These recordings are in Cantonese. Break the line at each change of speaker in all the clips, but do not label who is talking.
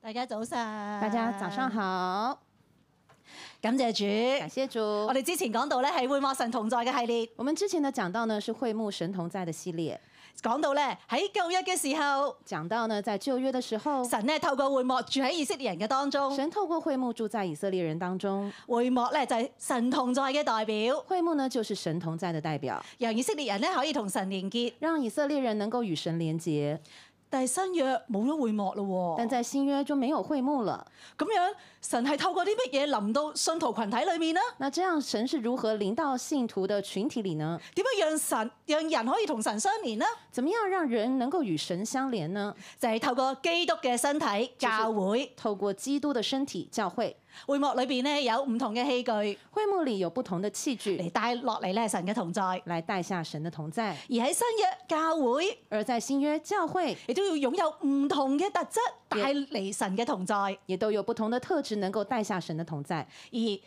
大家早晨，大
大家早上，好，
感謝
感
主。
谢主。
我
我
哋之前講到咧係會幕神同在嘅系列，
们之前呢讲到呢是会幕神同在的系列，
講到咧喺舊約嘅時候，
讲到呢在旧约的时候，
神咧透過會幕住喺以色列人嘅當中，
神透过会幕住在以色列人当中，
會幕咧就係神同在嘅代表，
会幕呢就是神同在的代表，
讓以色列人咧可以同神連結。
让以色列人能够與神連结。
但係新約冇咗會幕咯
但
喎，
在新约就没有会幕了。
咁樣神係透過啲乜嘢臨到信徒群體裏面呢？
那这样神是如何临到信徒的群体里呢？
點樣讓神讓人可以同神相連呢？
怎么样让人能够与神相连呢？
就係、透過基督嘅身體教會，
透过基督的身体教会，
會幕裏邊咧有唔同嘅器具。
会幕里有不同的器具
嚟帶落嚟咧神嘅同在。而
来带下神的同在，
喺新約教會，
而在新约教会
亦都要擁有唔同嘅特質，帶嚟神嘅同在。而
也都有不同的特质能够带下神的同在。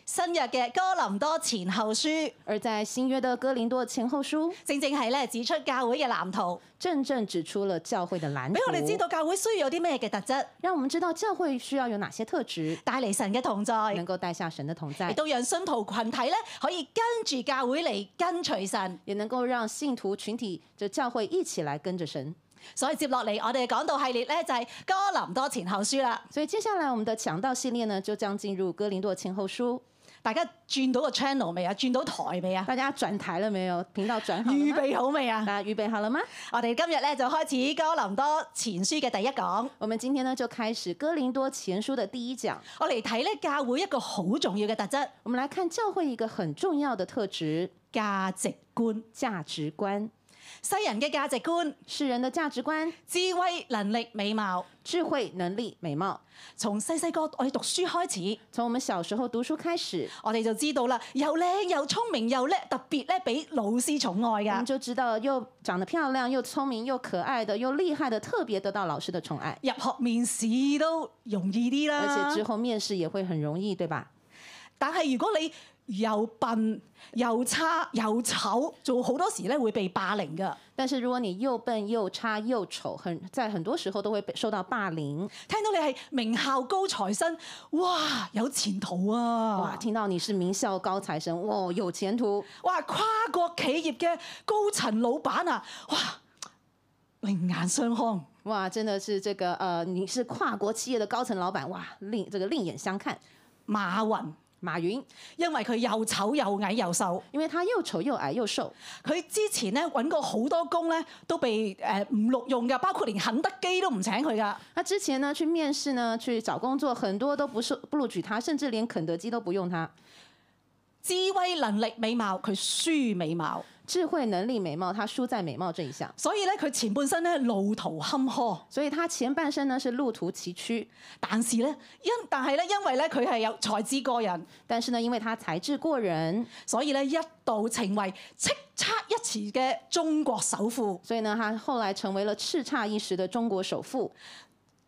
新約嘅哥林多前後書，
而在新约的哥林多前后书，
正正係咧指出教會嘅藍圖，
正正指出了教会的蓝图
俾，我哋知道教會需要有啲咩嘅特質，
让我们知道教会需要有哪些特质，
帶嚟神嘅同在
能，够带下神的同
亦
在，
哎都讓信徒群體咧可以跟住教會嚟跟隨神。
也能够让信徒群体这教会一起来跟着神。
所以接落嚟我哋講到系列咧就係哥林多前後書啦。
所以接下来我们的讲道系列呢，就将进入哥林多前后书。
大家轉到個 channel 未啊？轉到台未啊？
大家转台了没有？频道转好了
預
吗？
備好未啊？
大家预备好了吗？
我哋今日咧就開始哥林多前書嘅第一講，
我们今天呢就开始哥林多前书的第一讲，
我嚟睇咧教會一個好重要嘅特質
我们来看教会一个很重要的特质
——價值觀。
——价值观。
世人嘅價值觀、
世人的价值观、
智慧、能力、美貌，
智慧、能力、美貌，
從細細個我哋讀書開始，
从我们小时候讀書開始，
我哋就知道啦，又靚又聰明又叻，特別咧俾老師寵愛
我们
㗎。
就知道又长得漂亮、又聰明、又可愛的、又厲害的，特別得到老師的寵愛，
入學面試都容易啲
而且之
啦，
後面試也會很容易，對吧？
但係如果你又笨又差又醜，做好多時咧會被霸凌㗎。
但是如果你又笨又差又醜，很在很多時候都會被受到霸凌。
聽到你係名校高材生，哇，有前途啊！
哇，聽到你是名校高材生，哇，有前途，
哇，跨國企業嘅高層老闆啊，哇，另眼相看。
哇，真的是這個呃，你是跨國企業的高層老闆，哇，另這個另眼相看。
馬雲，
馬雲，
因為佢又醜又矮又瘦，
因為他又醜又矮又瘦，
佢之前咧揾過好多工咧都被誒唔錄用㗎，包括連肯德基都唔請佢㗎。
他之前呢去面試呢去找工作，很多都不是不錄取他，甚至連肯德基都不用他。
智慧、能力、美貌，佢輸美貌，
智慧、能力、美貌，他输在美貌这一项，
所以咧佢前半生咧路途坎坷，
所以他前半生呢是路途崎岖。
但是咧因但係咧因為咧佢係有才智過人，
但是呢，因為他才智過人，
所以咧一度成為叱咤一時嘅中國首富，
所以呢，他後來成為了叱咤一時的中國首富，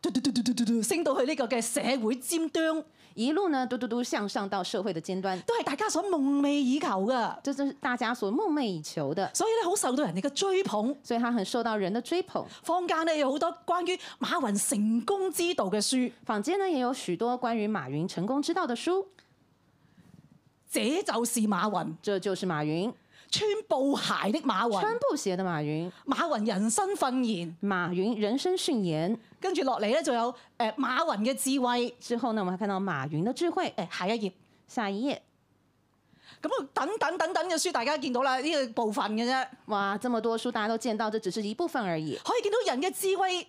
嘟嘟嘟嘟嘟嘟嘟升到去呢個嘅社會尖端，
一路呢嘟嘟嘟向上到社會的尖端，
都係大家所夢寐以求嘅，
这就是大家所夢寐以求的。
所以咧好受到人哋嘅追捧。
所以他很受到人的追捧，
坊間咧有好多關於馬雲成功之道嘅書，
坊間呢也有許多關於馬雲成功之道的書，
這就是馬雲，
這就是馬雲
穿布鞋的馬雲，
穿布鞋的馬雲，
馬雲人生訓言，
馬雲人生訓言。
跟住落嚟咧就有誒、呃、馬雲嘅智慧，誒、
之後呢，我們還看到馬雲的智慧。
下一頁。
下一頁，
咁啊，等等等等嘅書，大家見到啦，呢、個部分嘅啫，
哇，這麼多書大家都見到，這只是一部分而已。
可以見到人嘅智慧、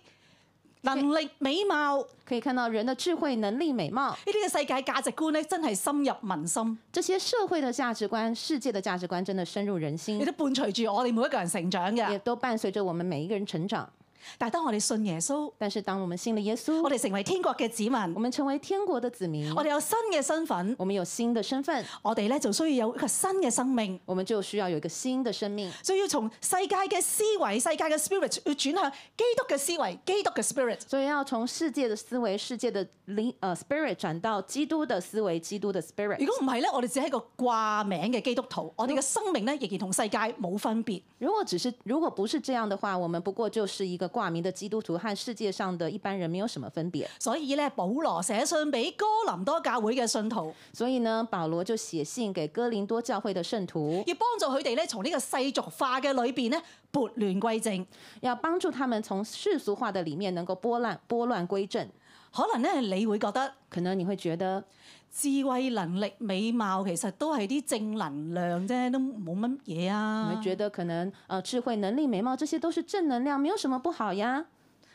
能力、美貌呢
可以看到人的智慧、能力、美貌，
啲嘅世界價值觀咧，真係深入民心，
這些社會的價值觀、世界的價值觀真的深入人
亦
心，
都伴隨住我哋每一個人成長嘅
也。都伴隨着我們每一個人成長。
但係當我哋信耶穌，
但是當我們信了耶
我
穌，
哋成為天國嘅子民
我，們成為天國的子民，
我哋有新嘅身份，
我們有新的身份，
我哋咧就需要有一個新嘅生命，
我們就需要有一個新的生命。
就要從世界嘅思維、世界嘅 spirit 要轉向基督嘅思維、基督嘅 spirit。
所以要從世界的思維、世界的靈呃 spirit 轉到基督的思維、基督的 spirit
如。果唔係咧，我哋只係一個掛名嘅基督徒，我哋嘅生命咧仍然同世界冇分別。
如果只是如果不是這樣的話，我們不過就是一個个挂名的基督徒和世界上的一般人没有什么分别。
所以咧，保羅寫信俾哥林多教會嘅信徒，
所以呢，保罗就写信给哥林多教会的圣徒，
要幫助佢哋咧從呢個世俗化嘅裏邊咧撥亂歸正。
要帮助他们从世俗化的里面能够拨乱拨乱归正。
可能咧，你會覺得
可能你会觉得
智慧、能力、美貌其實都係啲正能量啫，都冇乜嘢
你
啊
会。觉得可能呃智慧、能力、美貌这些都是正能量，没有什么不好呀。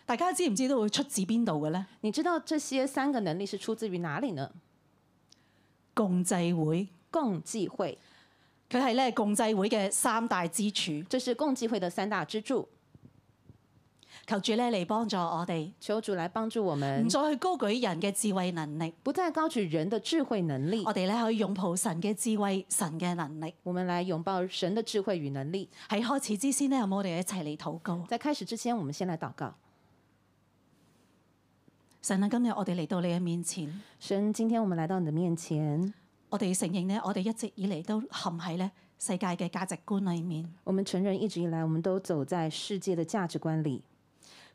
大家知唔知道會出自邊度嘅咧？
你知道这些三个能力是出自于哪里呢？
共濟會，
共济会，
佢係咧共濟會嘅三大支柱。
这是共济会的三大支柱。
求主咧嚟幫助我哋，
求主来帮助我
唔
们，
再去高舉人嘅智慧能力，
不再高举人的智慧能力
我，哋咧可以擁抱神嘅智慧、神嘅能力。
我们来拥抱神的智慧与能力。
喺開始之先呢，有冇我哋一齊嚟禱告？
在开始之前，我们先来祷告。
神啊，今日我哋嚟到你嘅面前，
神，今天我们来到你的面前，
我哋承認呢，我哋一直以嚟都陷喺咧世界嘅價值觀裡面。
我们承认一直以来我们都走在世界的价值观里，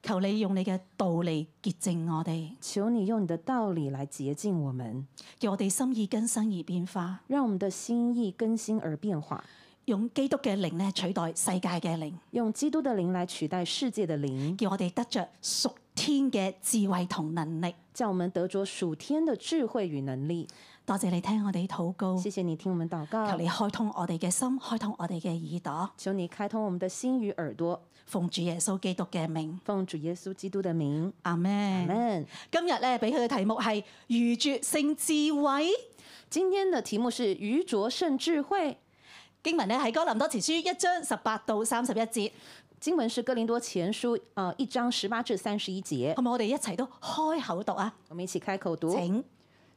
求你用你嘅道理潔淨我哋，
求你用你的道理来洁净我们，
叫我哋心意更新而變化，
让我们的心意更新而变化，
用基督嘅靈咧取代世界嘅靈，
用基督的灵来取代世界的灵，
叫我哋得着屬天嘅智慧同能力。
叫我们得着属天的智慧与能力。
多謝你聽我哋禱告，
谢谢你听我们祷
求
告，
你開通我哋嘅心，開通我哋嘅耳朵，
求你开通我们的心与耳朵，
奉主耶穌基督嘅名，
奉主耶稣基督的名，
阿
阿
門。
门。
今日咧俾佢嘅題目係愚拙性智慧。
今天的题目是愚拙胜智慧，
經文咧喺哥林多前書一章十八到三十一節，
经文是哥林多前书呃一章十八至三十一节，
可唔可以我哋一齊都開口讀啊？
我们一起开口读。
請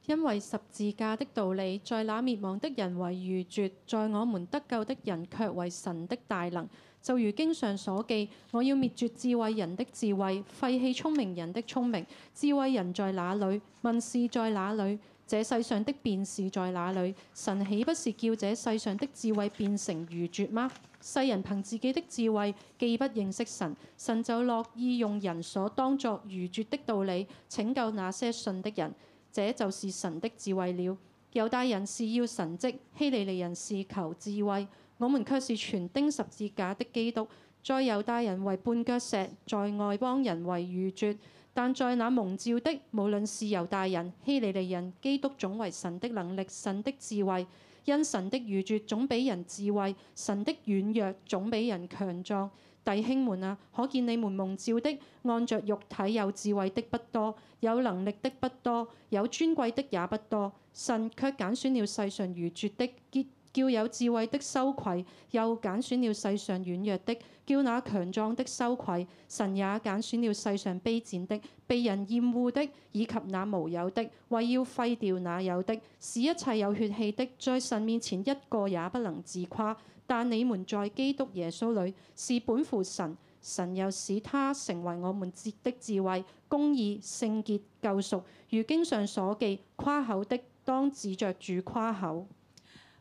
因為十字架的道理，在那滅亡的人為愚拙，在我們得救的人卻為神的大能。就如經上所記，我要滅絕智慧人的智慧，廢棄聰明人的聰明。智慧人在哪裏？問事在哪裏？這世上的辯士在哪裏？神豈不是叫這世上的智慧變成愚拙嗎？世人憑自己的智慧既不認識神，神就樂意用人所當作愚拙的道理拯救那些信的人。這就是神的智慧了。猶大人是要神蹟，希利尼人是求智慧，我們卻是全釘十字架的基督。在猶大人為絆腳石，在外邦人為愚拙。但在那蒙召的，無論是猶大人、希利尼人，基督總為神的能力、神的智慧。因神的愚拙總比人智慧，神的軟弱總比人強壯。弟兄們啊，可見你們蒙召的，按着肉體有智慧的不多，有能力的不多，有尊貴的也不多。神卻揀選了世上愚拙的，結叫有智慧的羞愧；又揀選了世上軟弱的，叫那強壯的羞愧。神也揀選了世上卑賤的、被人厭惡的，以及那無有的，為要廢掉那有的，使一切有血氣的，在神面前一個也不能自誇。但你們在基督耶穌裏是本乎神，神又使他成為我們智的智慧、公義、聖潔、救贖。如經上所記，誇口的當指着主誇口。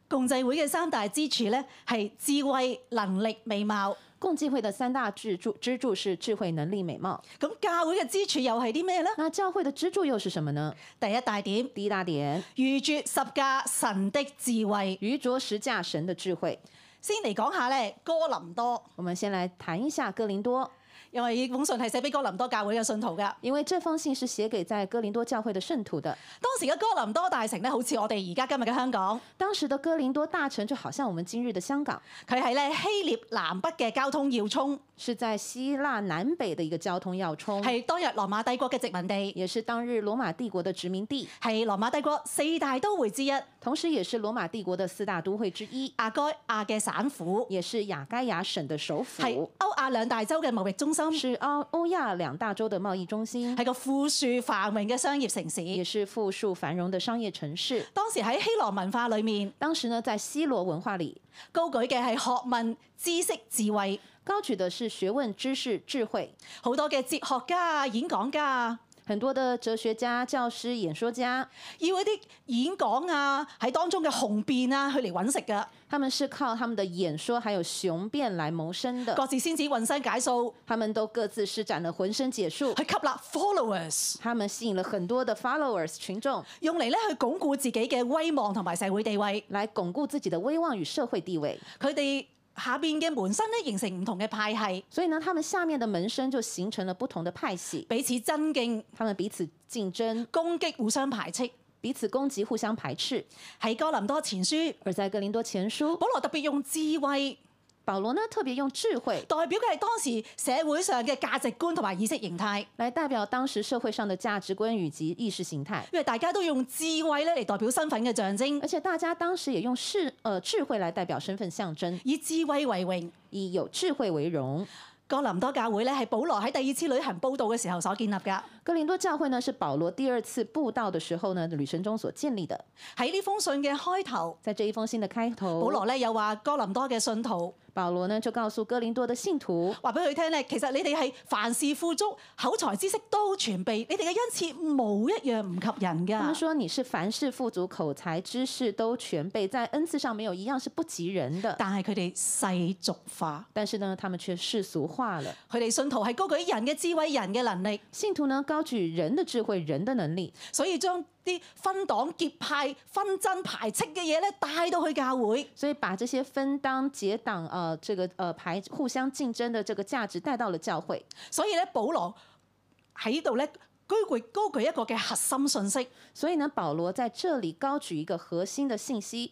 共濟會嘅三大支柱咧係智慧、能力、美貌。
共济会的三大支柱支柱是智慧、能力、美貌。
咁教會嘅支柱又係啲咩咧？
那教会的支柱又是什么呢？
第一大點，
第一大点，
愚拙十架神的智慧。
愚拙实价神的智慧。
先嚟講下咧哥林多，
我们先来谈一下哥林多，
因為呢封信係寫俾哥林多教會嘅信徒㗎。
因为这封信是写给在哥林多教会的圣徒的。
當時嘅哥林多大城咧，好似我哋而家今日嘅香港，
当时的哥林多大城就好像我们今日的香港，
佢係咧希臘南北嘅交通要衝，
是在希腊南北的一个交通要冲，
係當日羅馬帝國嘅殖民地。
也是当日罗马帝国的殖民地，
係羅馬帝國四大都會之一，
同时也是罗马帝国的四大都会之一，
亞該亞嘅省府，
也是雅该亚省的首
係
府，
歐亞兩大洲嘅貿易中心，
是欧欧亚两大洲的贸易中心，
係個富庶繁榮嘅商業城市。
也是富庶繁荣的商业城市。
當時喺希羅文化裏面，
当时呢，在西罗文化里，
高舉嘅係學問、知識、智慧，
高举的是学问、知识、智慧，
好多嘅哲學家啊、演講家啊，
很很多的哲学家、教师、演说家，
要一啲演講啊，喺當中嘅雄辯啊，去嚟揾食㗎。
他们是靠他们的演说还有雄辩来謀生的，
各自先至渾身解數，
他们都各自施展了渾身解数
去，吸納 followers，
他们吸引了很多的 followers 群众，
用嚟咧去鞏固自己嘅威望同埋社會地位。
来鞏固自己的威望與社會地位。
佢哋下邊嘅門生咧，形成唔同嘅派系，
所以呢，他们下面的門生就形成了不同的派系，
彼此爭競、
他們彼此競爭，
攻擊、互相排斥。
彼此攻擊，互相排斥。
喺哥林多前書，
而在哥林多前書，
保羅特別用智慧
保羅呢特別用智慧
代表嘅係當時社會上嘅價值觀同埋意識形態，
來代表當時社會上的價值觀以及意識形態，
因為大家都用智慧咧嚟代表身份嘅象徵
而，且大家當時也用智呃智慧來代表身份象徵，
以智慧為榮。
以有智慧為榮。
哥林多教會咧係保羅喺第二次旅行佈道嘅時候所建立㗎。
哥林多教會呢是保羅第二次布道的時候呢旅程中所建立的。
喺呢封信嘅開頭，
在這一封信的開頭，
保羅咧又話哥林多嘅信徒
保羅呢就告訴哥林多的信徒，
話俾佢聽咧，其實你哋係凡事富足，口才知識都全備，你哋嘅恩賜冇一樣唔及人
他
㗎。
們說你是凡事富足，口才知識都全備，在恩賜上沒有一樣是不及人的。
但係佢哋世俗化，
但是呢，他們卻世俗化了。
佢哋信徒係高舉人嘅智慧、人嘅能力，
信徒呢高舉人的智慧、人的能力，
所以將啲分黨結派、紛爭排斥嘅嘢咧帶到去教會。
所以把這些分當結黨呃這個呃排互相競爭的這個價值帶到了教會。
所以咧，保羅喺度咧高舉高舉一個嘅核心信息：
所以呢，保羅在這裡高舉一個核心的信息：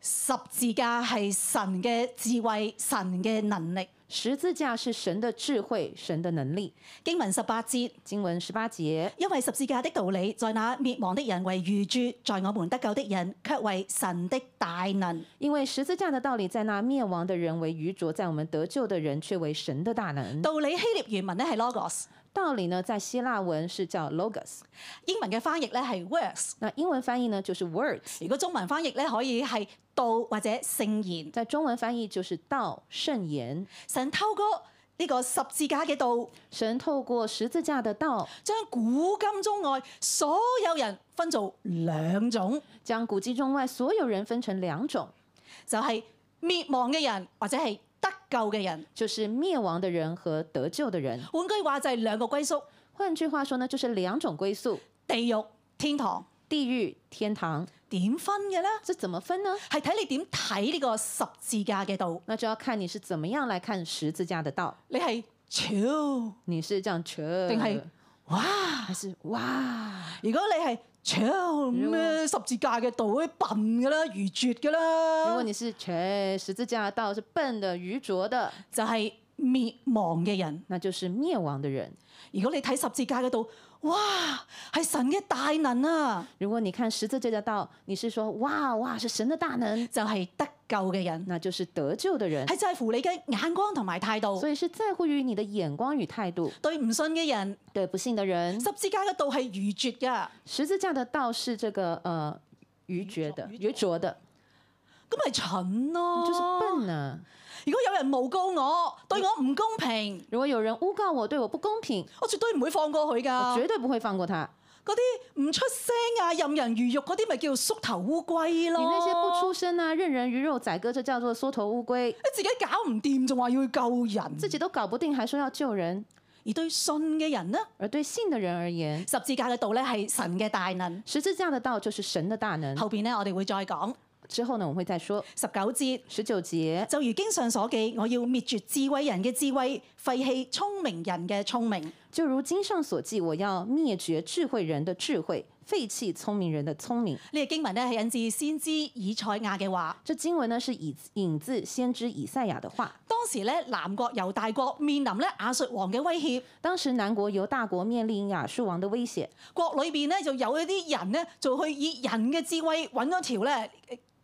十字架係神嘅智慧、神嘅能力。
十字架是神的智慧、神的能力。
經文十八節，
經文十八節，
因為十字架的道理，在那滅亡的人為愚拙，在我們得救的人卻為神的大能。
因為十字架的道理，在那滅亡的人為愚拙，在我們得救的人卻為神的大能。
道理希臘原文咧係 logos，
道理呢，在希臘文是叫 logos，
英文嘅翻譯咧係 words。
那英文翻譯呢就是 words，
如果中文翻譯咧可以係道或者聖言。
在中文翻譯就是道聖言。
神透過呢個十字架嘅道，
神透過十字架的道，
將古今中外所有人分做兩種，
將古今中外所有人分成兩種，
就係、滅亡嘅人或者係得救嘅人。
就是滅亡的人和得救的人。
換句話就係兩個歸宿：
換句話說呢，就是兩種歸宿，
地獄、天堂。
地獄、天堂。
點分嘅咧？
這怎麼分呢？
係睇你點睇呢個十字架嘅道，
那就要看你是怎麼樣來看十字架的道。
你係超
你是這樣全，
定係哇？
還是哇？
如果你係超咩十字架嘅道，啲笨㗎啦，愚拙㗎
如果
啦，
你是全十字架的道是笨的、愚拙的，
就係滅亡嘅人。
那就是滅亡的人。
如果你睇十字架嘅道，哇，係神嘅大能啊，
如果你看十字架的道，你是說哇哇是神的大能，
就係得救嘅人，
那就是得救的人。
係在乎你嘅眼光同埋態度
所。以是在乎於你的眼光與態度。
對唔信嘅人，
對不信的人，
十字架嘅道係愚拙㗎，
十字架的道是這個呃愚拙的、愚拙的，
咁咪蠢咯。
就是笨啊。
如果有人誣告我，對我唔公平，
如果有人誣告我，對我不公平，
我絕對唔會放過佢
我
㗎。
絕對不會放過他。
嗰啲唔出聲啊、任人魚肉嗰啲，咪叫縮頭烏龜咯。
你那些不出聲啊、任人魚肉宰割，這叫做縮頭烏龜，
你自己搞唔掂，仲話要去救人。
自己都搞不定，還說要救人。
而對信嘅人呢，
而對信的人而言，
十字架嘅道咧係神嘅大能。
十字架的道就是神的大能。
後邊咧，我哋會再講
之後呢，我們會再說
十九節。
十九節。
就如經上所記，我要滅絕智慧人嘅智慧，廢棄聰明人嘅聰明。
就如經上所記，我要滅絕智慧人的智慧，廢棄聰明人的聰明。
呢個經文咧係引自先知以賽亞嘅話。
這經文呢是以引自先知以賽亞的話。
當時咧，南國猶大國面臨咧亞述王嘅威脅，
當時南國猶大國面臨亞述王的威脅，
國裏邊咧就有一啲人咧就去以人嘅智慧揾咗條咧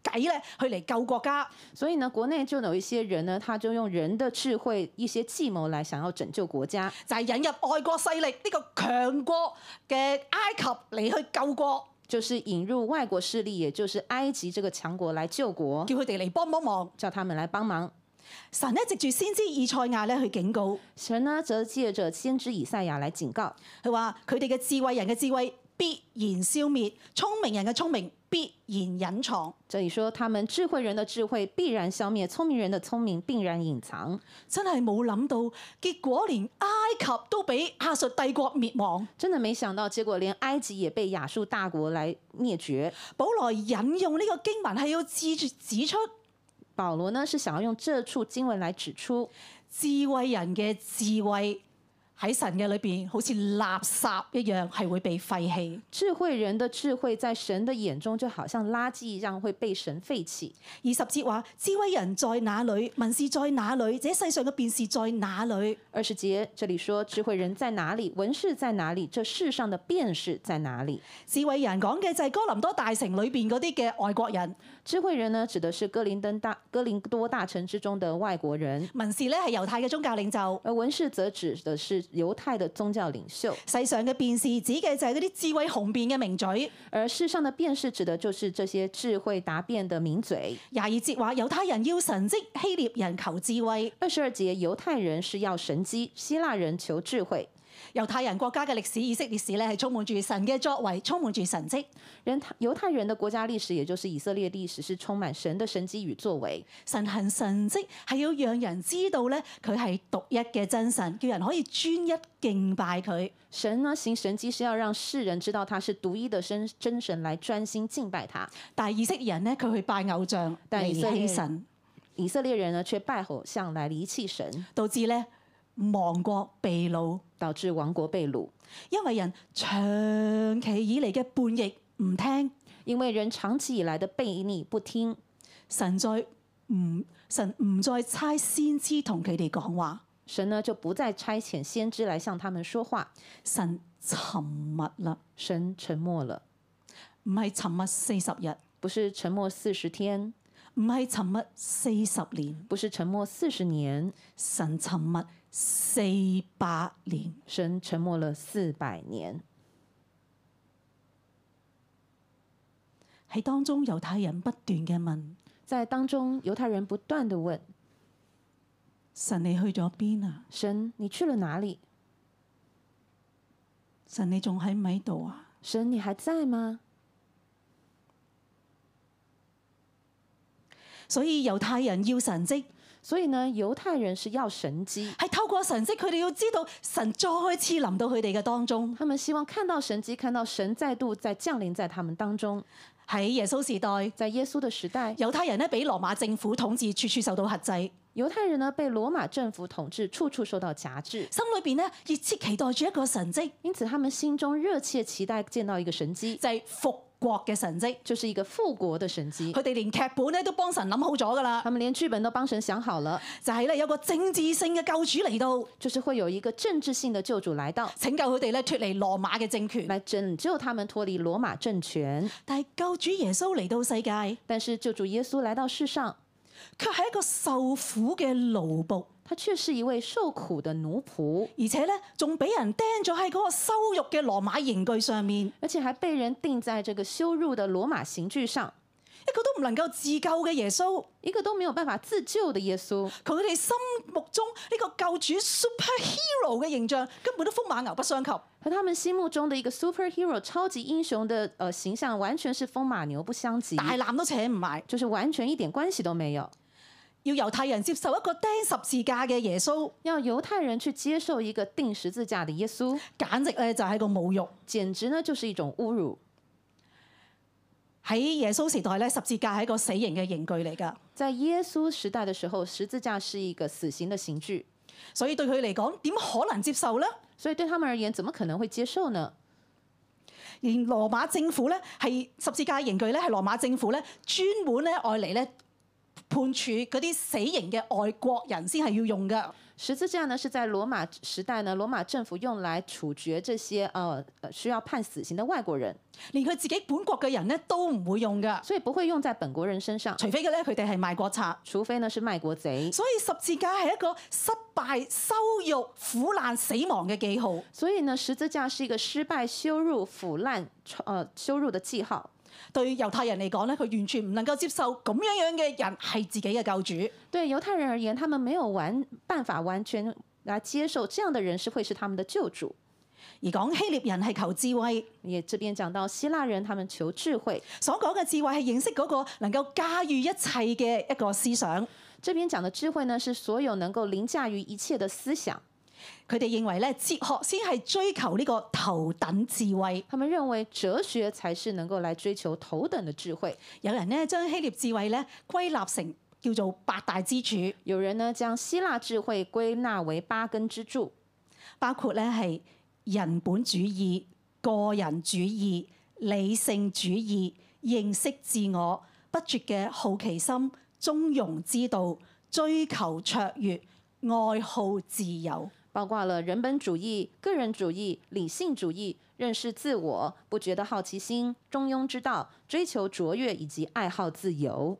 計咧去嚟救國家。
所以呢，國內就有一些人呢，他就用人的智慧、一些計謀來想要拯救國家，
就係引入外國勢力呢個強國嘅埃及嚟去救國，
就是引入外國勢力，也就是埃及這個強國來救國，
叫佢哋嚟幫幫忙。
叫他們來幫忙。
神咧藉住先知以賽亞咧去警告，
神呢则借着先知以赛亚来警告，
佢話佢哋嘅智慧人嘅智慧必然消滅，聰明人嘅聰明必然隱藏。
这里说他们智慧人的智慧必然消灭，聪明人的聪明必然隐藏。
真係冇諗到，結果連埃及都俾亞述帝國滅亡。
真的没想到，结果连埃及也被亚述大国来灭绝。
保羅引用呢個經文係要指住指出
保罗呢是想要用这处经文来指出，
智慧人嘅智慧喺神嘅裏邊好似垃圾一樣，係會被廢棄。
智慧人的智慧在神的眼中就好像垃圾一样会被神废弃。
二十節話：智慧人在哪裏？文士在哪裏？這世上嘅便是在哪裏？
二十节这里说，智慧人在哪里，文士在哪里，这世上的辨识在哪里。
智慧人講嘅就係哥林多大城裏邊嗰啲嘅外國人，
智慧人呢，指的是哥林登大哥林多大城之中的外国人，
文士咧係猶太嘅宗教領袖。
而文士则指的是犹太的宗教领袖，
世上嘅便是指嘅就係嗰啲智慧雄辯嘅名嘴。
而世上的辨识指的就是这些智慧答辩的名嘴。
廿二節話猶太人要神蹟，希臘人求智慧。
二十二节，犹太人是要神机，希腊人求智慧。
猶太人國家嘅歷史、以色列史咧係充滿住神嘅作為，充滿住神蹟。
人太犹太人的国家历史，也就是以色列历史，是充满神的神机与作为。
神行神蹟係要讓人知道咧，佢係獨一嘅真神，叫人可以專一敬拜佢。
神呢行神迹是要让世人知道他是独一的真真神，来专心敬拜他。
但係以色列人咧，佢去拜偶像，
但係
離
以色列
棄
人
神，
以色列人呢却拜偶像来离弃神，
導致咧亡國被擄，
导致亡国被掳。
因為人長期以嚟嘅叛逆唔聽，
因为人长期以来的悖逆不听，
神再唔神唔再差先知同佢哋講話，
神呢就不再差遣先知来向他们说话，
神沉默啦，
神沉默了，
唔係沉默四十日，
不是沉默四十天，
唔係沉默四十年，
不是沉默四十年，
神沉默四百年。
神沉默了四百年。
喺當中猶太人不斷嘅問：
在当中，犹太人不断的问
神你去咗邊啊？
神：“你去了哪里？
神你仲喺唔喺度啊？
神，你还在吗
所以猶太人要神蹟，？”
所以呢，犹太人是要神迹，
係透過神蹟，佢哋要知道神再次臨到佢哋嘅當中。
他们希望看到神迹，看到神再度在降临在他们当中。
喺耶穌時代，
在耶稣的时代，
猶太人咧俾羅馬政府統治，處處受到轄制，
犹太人呢被罗马政府统治，处处受到辖制。
心裏邊咧熱切期待住一個神蹟，
因此，他们心中热切期待见到一个神迹，
就係、復國嘅神蹟。
就是一个复国的神迹
佢。哋連劇本咧都幫神諗好咗㗎啦，
他们连剧本都帮神想好了，
就係咧有個政治性嘅救主嚟到
就是会有一个政治性的救主来到，
拯救佢哋咧脱離羅馬嘅政權。
来拯救他们脱离罗马政权。
但係救主耶穌嚟到世界，
但是救主耶稣来到世上，
卻係一個受苦嘅奴仆，
他却是一位受苦的奴仆，
而且咧仲俾人釘咗喺嗰個羞辱嘅羅馬刑具上面，
而且还被人钉在这个羞辱的罗马刑具上。
一個都唔能夠自救嘅耶穌，
一个都没有办法自救的耶稣，
佢哋心目中呢個救主 superhero 嘅形象根本都風馬牛不相及。
和他们心目中的一个 superhero 超级英雄的呃形象完全是风马牛不相及，
大攬都扯唔埋，
就是完全一点关系都没有。
要猶太人接受一個釘十字架嘅耶穌，
要犹太人去接受一个钉十字架的耶稣，
簡直咧就係一個侮辱。
简直呢就是一種侮辱。
喺耶穌時代咧，十字架係一個死刑嘅刑具嚟㗎，
在耶穌时代的时候，十字架是一个死刑的刑具，
所以對佢嚟講，點可能接受呢？
所以对他们而言，怎么可能会接受呢？
連羅馬政府咧係十字架刑具咧，係羅馬政府咧專門咧愛嚟咧判處嗰啲死刑嘅外國人先係要用嘅。
十字架呢是在罗马时代呢，罗马政府用来处决这些呃呃需要判死刑的外国人，
連佢自己本國嘅人咧都唔會用嘅，
所以不会用在本国人身上，
除非嘅咧佢哋係賣國賊。
除非呢是卖国贼。
所以十字架係一個失敗、羞辱、苦難、死亡嘅記號。
所以呢，十字架是一个失败、羞辱、腐烂、呃羞辱的记号。
對猶太人嚟講咧，佢完全唔能夠接受咁樣樣嘅人係自己嘅救主。
对犹太人而言，他们没有完办法完全来接受这样的人是会是他们的救主。
而講希臘人係求智慧，
也这边讲到希腊人，他们求智慧。
所講嘅智慧係認識嗰個能夠駕馭一切嘅一個思想。
这边讲的智慧呢，是所有能够凌驾于一切的思想。
佢哋認為咧，哲學先係追求呢個頭等智慧。
他们认为哲学才是能够来追求头等的智慧。
有人咧將希臘智慧咧歸納成叫做八大支柱，
有人呢将希腊智慧归纳为八根支柱，
包括咧係人本主義、個人主義、理性主義、認識自我、不絕嘅好奇心、中庸之道、追求卓越、愛好自由。
包括了人本主义、个人主义、理性主义、认识自我、不觉的好奇心、中庸之道、追求卓越以及爱好自由。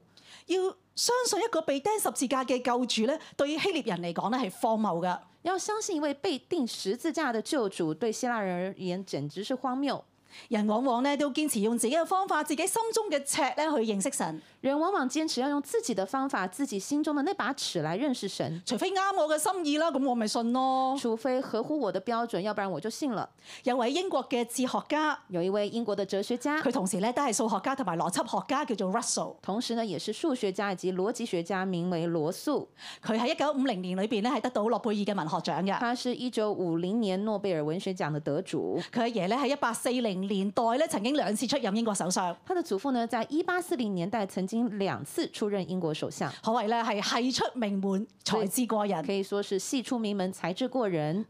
要相信一個被釘十字架嘅救主咧，對希臘人嚟講咧係荒謬㗎。
要相信一位被钉十字架的救主，对希腊人而言简直是荒谬。
人往往咧都堅持用自己嘅方法、自己心中嘅尺咧去認識神，
人往往坚持要用自己的方法、自己心中的那把尺来认识神，
除非啱我嘅心意啦，咁我咪信咯。
除非合乎我的标准，要不然我就信了。
有位英國嘅哲學家，
有一位英国的哲學家，
佢同時咧都係數學家同埋邏輯學家，叫做 Russell。
同时呢也是数学家以及逻辑学家，名为罗素。
佢喺一九五零年裏邊咧係得到諾貝爾嘅文學獎嘅。
他是一九五零年諾貝爾文学奖的得主。
佢阿爺咧喺一八四零年代咧曾經兩次出任英國首相，
他的祖父呢，在一八四零年代曾經兩次出任英國首相，
可謂咧係係出名門，才智過人。
可以說是系出名門，才智過人。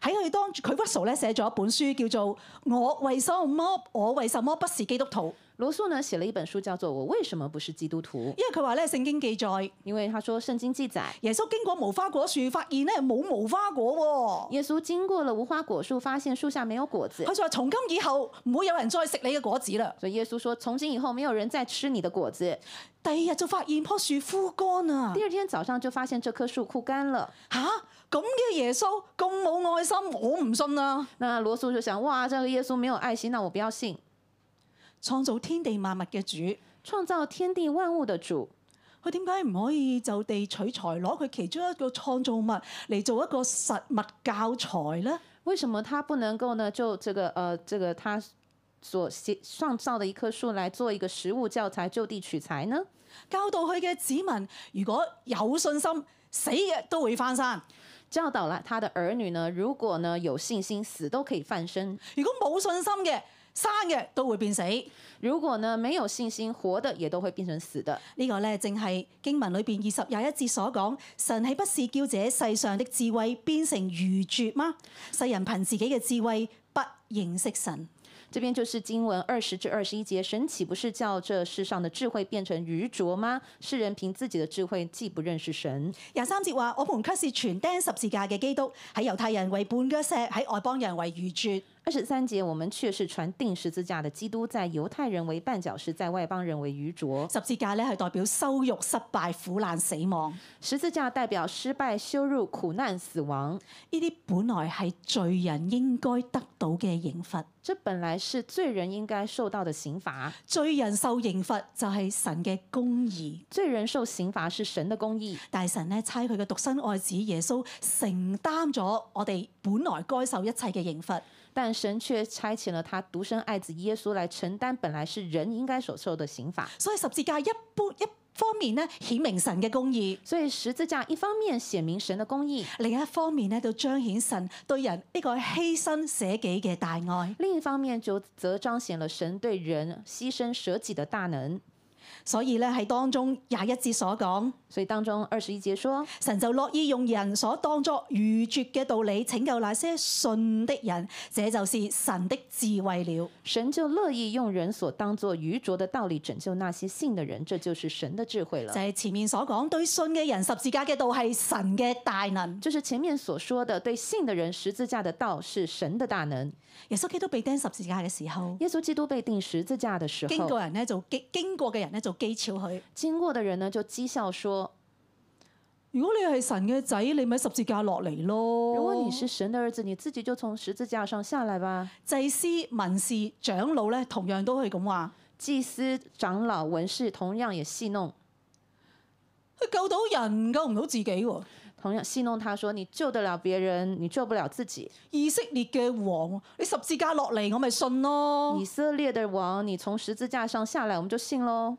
喺佢當佢 Russell 咧寫咗一本書叫做《我為什麼我為什麼不是基督徒》，
羅素呢寫了一本書叫做《我為什麼不是基督徒》，
因為佢話咧聖經記載。
因為他說聖經記載，
耶穌經過無花果樹，發現咧冇無花果
耶穌經過了無花果樹，發現樹下沒有果子
喎。佢，就話：從今以後唔會有人再食你嘅果子啦。
所以耶穌說：從今以後沒有人再吃你的果子。
第二日就發現棵樹枯乾啊！
第二天早上就發現這棵樹枯乾了。
吓，咁嘅耶穌咁冇愛心，我唔信啊啦！
那羅素就想：哇，這個耶穌沒有愛心，那我不要信。
創造天地萬物嘅主，
創造天地萬物的主，
佢點解唔可以就地取材，攞佢其中一個創造物嚟做一個實物教材呢？
為什麼他不能夠呢？就這個呃，這個他所写创造的一棵树来做一个实物教材，就地取材呢？
教導佢嘅子民，如果有信心，死嘅都會翻生；
教导了他的兒女呢，如果呢有信心，死都可以翻身；
如果冇信心嘅，生嘅都會變死。
如果呢没有信心，活的也都会变成死的。
呢個咧正係經文裏邊二十廿一節所講，神岂不是叫這世上的智慧變成愚拙嗎？世人憑自己嘅智慧不認識神。
这边就是经文二十至二十一节，神岂不是叫这世上的智慧变成愚拙吗？世人凭自己的智慧既不认识神。
廿三節話：我們卻是全釘十字架嘅基督，喺猶太人為絆腳石，喺外邦人為愚拙。
二十三节，我们却是传定十字架的基督，在犹太人为绊脚石，在外邦人为愚拙。
十字架咧係代表羞辱、失敗、苦難、死亡。
十字架代表失敗、羞辱、苦難、死亡，
呢啲本來係罪人應該得到嘅刑罰。
这本來是罪人應該受到的刑罰。
罪人受刑罰就係神嘅公義，
罪人受刑罰是神的公義，
但係神咧差佢嘅獨生愛子耶穌承擔咗我哋本來該受一切嘅刑罰。
但神卻差遣了他獨生愛子耶穌來承擔本來是人應該所受的刑罰。
所以十字架一般一方面咧顯明神嘅公義，
所以十字架一方面顯明神的公義，
另一方面咧就彰顯神對人呢個犧牲捨己嘅大愛。
另一方面就則彰顯了神對人犧牲捨己的大能。
所以咧喺當中廿一節所講，
所以當中二十一節說，
神就樂意用人所當作愚拙嘅道理拯救那些信的人，這就是神的智慧了。
神就樂意用人所當作愚拙的道理拯救那些信的人，這就是神的智慧了
就。係前面所講，對信嘅人十字架嘅道係神嘅大能。
就是前面所說的，对信的人，十字架的道是神的大能。
耶穌基督被釘十字架嘅時候，
耶穌基督被钉十字架的時候，
經過人咧就經經過嘅人咧就讥誚佢。
经過的人呢就讥笑說：
如果你係神嘅仔，你咪十字架落嚟咯。
如果你是神的兒子，你自己就從十字架上下來吧。
祭司、文士、長老咧，同樣都係咁話。
祭司、长老、文士同样也戏弄，
佢救到人，救唔到自己喎。
同样戏弄他说：“你救得了别人，你救不了自己。
以色列嘅王，你十字架落嚟，我咪信咯
以。色列的王，你从十字架上下来，我们就信喽。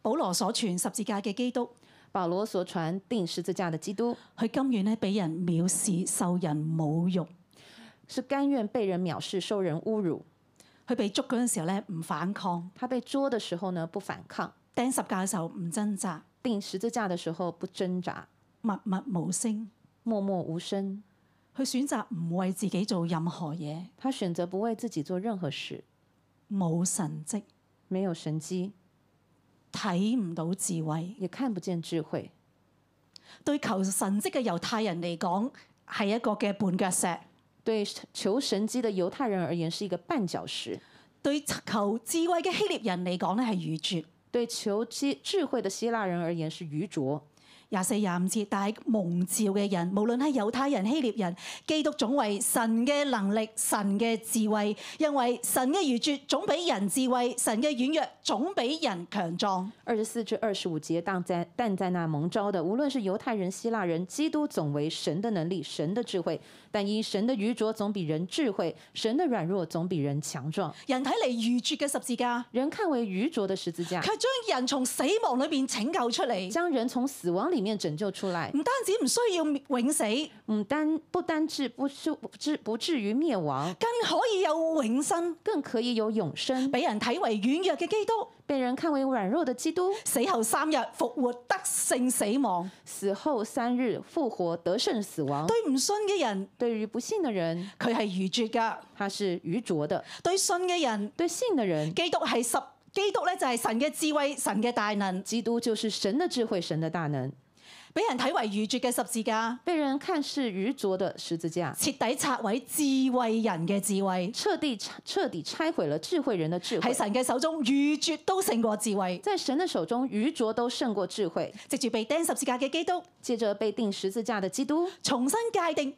保羅所傳十字架嘅基督，
保罗所传定十字架的基督，
佢甘願咧俾人藐視、受人侮辱。
是甘愿被人藐视、受人侮辱。
佢被捉嗰陣時候咧，唔反抗；
他被捉的时候呢，不反抗；
釘十架嘅時候唔掙扎，
定十字架的时候不挣扎，
默默無聲。
默默无声。
佢選擇唔為自己做任何嘢，
他选择不为自己做任何事，
冇神蹟，
没有神机，
睇唔到智慧。
也看不见智慧。
對求神蹟嘅猶太人嚟講，係一個嘅絆腳石；
对求神机的犹太人而言是一个绊脚石，
對求智慧嘅希臘人嚟講咧係愚拙。
对求智智慧的希腊人而言是愚拙。
廿四廿五節，但係蒙召嘅人，無論係猶太人、希臘人，基督總為神嘅能力、神嘅智慧，因為神嘅愚拙總比人智慧，神嘅軟弱總比人強壯。
二十四至二十五节，但在但在那蒙召的，无论是犹太人、希腊人，基督总为神的能力、神的智慧。但因神的愚拙总比人智慧，神的软弱总比人强壮。
人睇嚟愚拙嘅十字架，
人看为愚拙的十字架
卻，將人從死亡裏面拯救出嚟，
将人从死亡里面拯救出来，
唔單止唔需要永死，
唔单不单至不至不至不至于灭亡，
更可以有永生。
更可以有永生。
俾人睇為軟弱嘅基督，
被人看为软弱的基督，
死後三日復活，得勝死亡。
死后三日复活，得胜死亡。
對唔信嘅人，
对于不信的人，
佢係愚拙㗎；
他是愚拙的；
對信嘅人，
对信的人，
基督係十，基督咧就係神嘅智慧、神嘅大能，
基督就是神的智慧，神的大能。
俾人睇為愚拙嘅十字架，
被人看是愚拙的十字架，
徹底拆毀智慧人嘅智慧。
彻底拆彻底拆毁了智慧人的智
喺
慧。
神嘅手中，愚拙都勝過智慧。
在神的手中，愚拙都胜过智慧。
藉住被釘十字架嘅基督，
借着被钉十字架的基督，
重新界定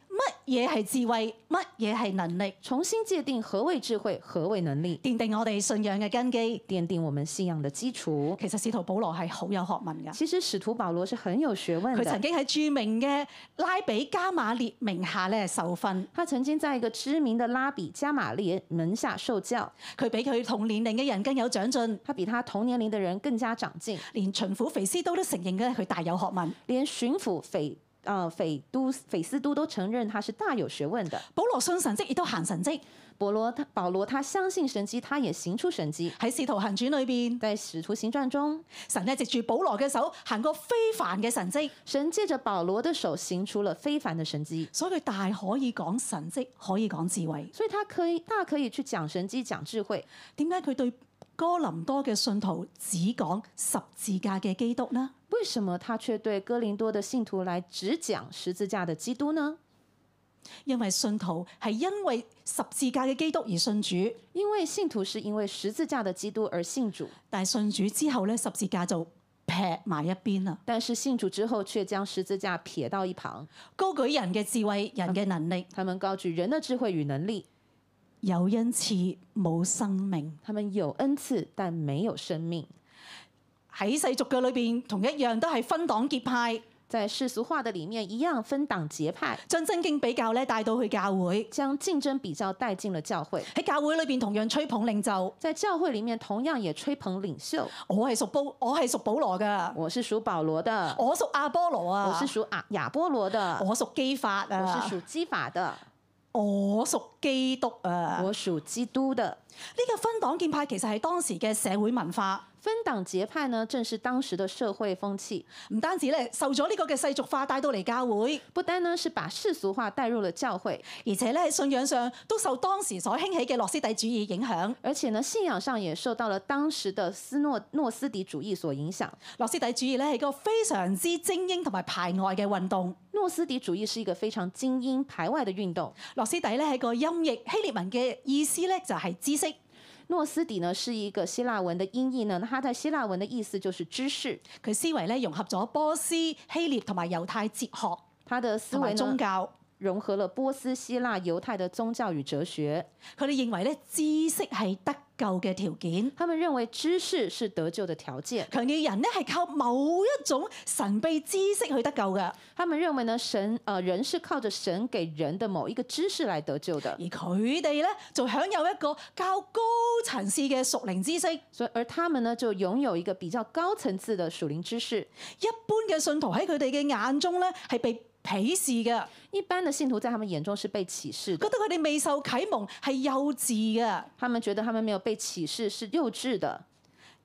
乜嘢係智慧，乜嘢係能力，
重新界定何谓智慧，何谓能力，
奠定我哋信仰嘅根基。
奠定我们信仰的基础。
其實使徒保羅係好有學問㗎。
其实使徒保罗是很有学问
佢曾
的，
經喺著名嘅拉比加馬列名下咧受訓，
他曾经在一个知名的拉比加玛列门下受教，
佢比佢同年齡嘅人更有長進，
他比他同年龄的人更加长进，
連巡撫肥斯都都承認咧佢大有學問。
连巡抚斐呃斐都斐斯都都承认他是大有学问的。
保羅信神蹟亦都行神蹟，
保罗他保罗他相信神迹，他也行出神迹。
喺《使徒行傳》裏邊，
在《使徒行传》中，
神咧藉住保羅嘅手行過非凡嘅神蹟，
神借着保罗的手行出了非凡的神迹，
所以佢大可以講神蹟，可以講智慧。
所以他可以大可以去讲神迹、讲智慧。
點解佢對哥林多嘅信徒只講十字架嘅基督呢？
为什么他却对哥林多的信徒来只讲十字架的基督呢？
因為信徒係因為十字架嘅基督而信主，
因为信徒是因为十字架的基督而信主，
但係信主之後咧，十字架就劈埋一邊啦。
但是信主之后却将十字架撇到一旁。
高舉人嘅智慧、人嘅能力，
他们高举人的智慧与能力，
有恩賜冇生命。
他们有恩赐但没有生命。
喺世俗嘅裏邊，同一樣都係分黨結派。
在世俗化的里面，一样分党结派，
將真經比較咧帶到去教會，
将竞争比较带进了教会。
喺教會裏邊同樣吹捧領袖。
在教会里面，同样也吹捧领袖。
我係屬保，我係屬保羅噶，
我是属保罗的，
我屬阿波羅
我
啊
是，属亚亚波罗的，
我屬基法
我是
啊，
属基法的，
我屬基督啊。
我屬基督的。
呢個分黨結派其實係當時嘅社會文化，
分党结派呢，正是当时的社会风气。
唔單止咧受咗呢個嘅世俗化帶到嚟教會，
不单呢是把世俗化带入了教会，
而且咧喺信仰上都受當時所興起嘅諾斯底主義影響。
而且呢信仰上也受到了当时的斯诺诺斯底主义所影响。
諾斯底主義咧係一個非常之精英同埋排外嘅運動。
诺斯底主义是一个非常精英排外的运动。
諾斯底咧係一個音譯希臘文嘅意思咧就係知識。
诺斯底呢是一个希腊文的音译呢，它在希腊文的意思就是知识，
佢思維咧融合咗波斯、希臘同埋猶太哲學
它的思
同
维
埋宗
呢
教。
融合了波斯、希腊、犹太的宗教与哲学。
佢哋認為咧知識係得救嘅條件。
他们认为知识是得救的条件，
強調人咧係靠某一種神秘知識去得救嘅，
他们认为呢，神呃人是靠着神给人的某一个知识来得救的
而，佢哋咧就享有一個較高層次嘅屬靈知識。
所以而他们呢就拥有一个比较高层次的属灵知识。
一般嘅信徒喺佢哋嘅眼中咧係被鄙視嘅，
一般的信徒在他们眼中是被启示
覺
的，
得佢哋未受啟蒙係幼稚嘅。
他们觉得他们没有被启示是幼稚的。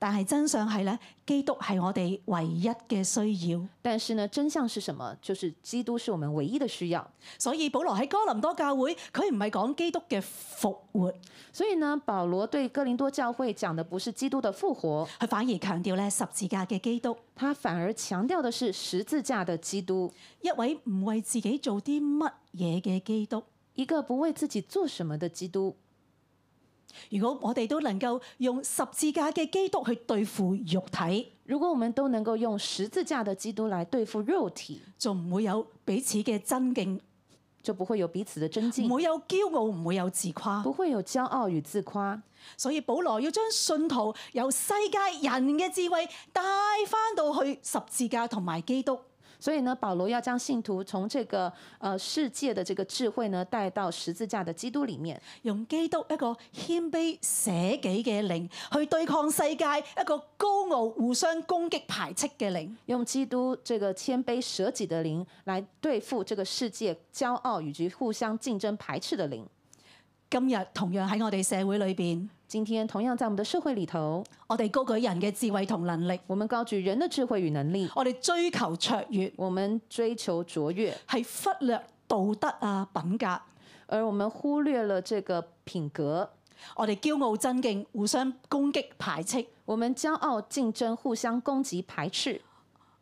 但係真相係咧，基督係我哋唯一嘅需要。
但是呢，真相是什么？就是基督是我们唯一的需要。
所以保羅喺哥林多教會，佢唔係講基督嘅復活，
所以呢，保罗对哥林多教会讲的不是基督的复活，
佢反而強調咧十字架嘅基督，
他反而强调的是十字架的基督，
一位唔為自己做啲乜嘢嘅基督。
一个不为自己做什么的基督。
如果我哋都能夠用十字架嘅基督去對付肉體，
如果我们都能够用十字架的基督来对付肉体，
就唔會有彼此嘅爭競，
就不会有彼此的争竞
唔，會有驕傲，唔會有自誇。
不会有骄傲与自夸。
所以保羅要將信徒由世界人嘅智慧帶翻到去十字架同埋基督。
所以呢，保罗要将信徒从这个呃世界的这个智慧呢，带到十字架的基督里面，
用基督一個謙卑捨己嘅靈去對抗世界一個高傲、互相攻擊、排斥嘅靈。
用基督这个谦卑舍己的灵来对付这个世界骄傲以及互相竞争排斥的灵。
今日同樣喺我哋社會裏邊，
今天同样在我们的社会里头，
我哋高舉人嘅智慧同能力，
我们高举人的智慧与能力，
我哋追求卓越，
我们追求卓越，
係忽略道德啊、品格。
而我们忽略了这个品格。
我哋驕傲、爭競、互相攻擊、排斥。
我们骄傲竞争，互相攻击排斥。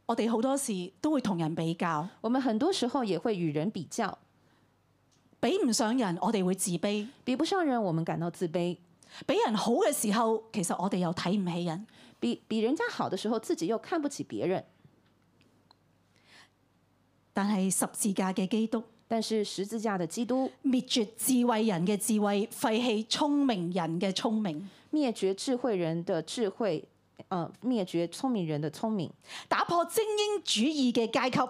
我哋好多時都會同人比較，
我们很多时候也会与人比较，
比唔上人，我哋會自卑。
比不上人，我们感到自卑；
比人好嘅時候，其實我哋又睇唔起人。
比比人家好的时候，自己又看不起别人。
但係十字架嘅基督。
但是十字架的基督
滅絕智慧人嘅智慧，廢棄聰明人嘅聰明，
灭绝智慧人的智慧，呃，灭绝聪明人的聪明，
打破精英主義嘅階級。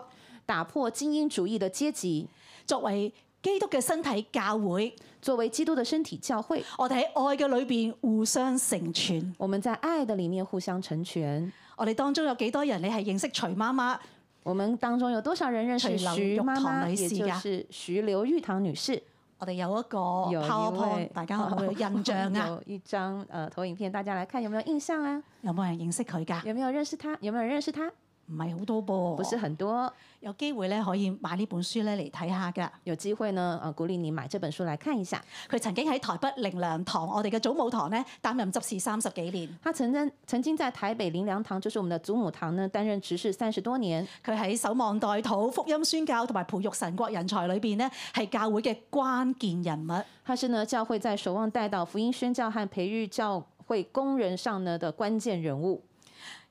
打破精英主义的阶级。
作為基督嘅身體教會，
作为基督的身体教会，
我哋喺愛嘅裏邊互相成全。
我们在爱的里面互相成全。
我哋當中有幾多人你係認識徐媽媽？
我们当中有多少人认识
徐劉
徐
玉
妈
堂
妈，
女
也
士啊
就
㗎
是徐刘玉堂女士？
我哋有一個
有一
PowerPoint，
位
大家 可能會有印象啊？
有一张呃投影片，大家来看有没有印象啊？
有冇人認識佢㗎？
有没有认识他？有没有人认识他？
唔係好多噃。
不是很多。
有機會咧可以買呢本書咧嚟睇下㗎。
有机会呢，呃，鼓励你买这本书来看一下。
佢曾經喺台北靈糧堂，我哋嘅祖母堂咧擔任執事三十幾年。
他曾经曾经在台北林良堂，就是我们的祖母堂呢，担任执事三十多年。
佢喺守望代土、福音宣教同埋培育神國人才裏邊呢，係教會嘅關鍵人物。
他是呢教会在守望带到福音宣教和培育教会工人上呢的关键人物。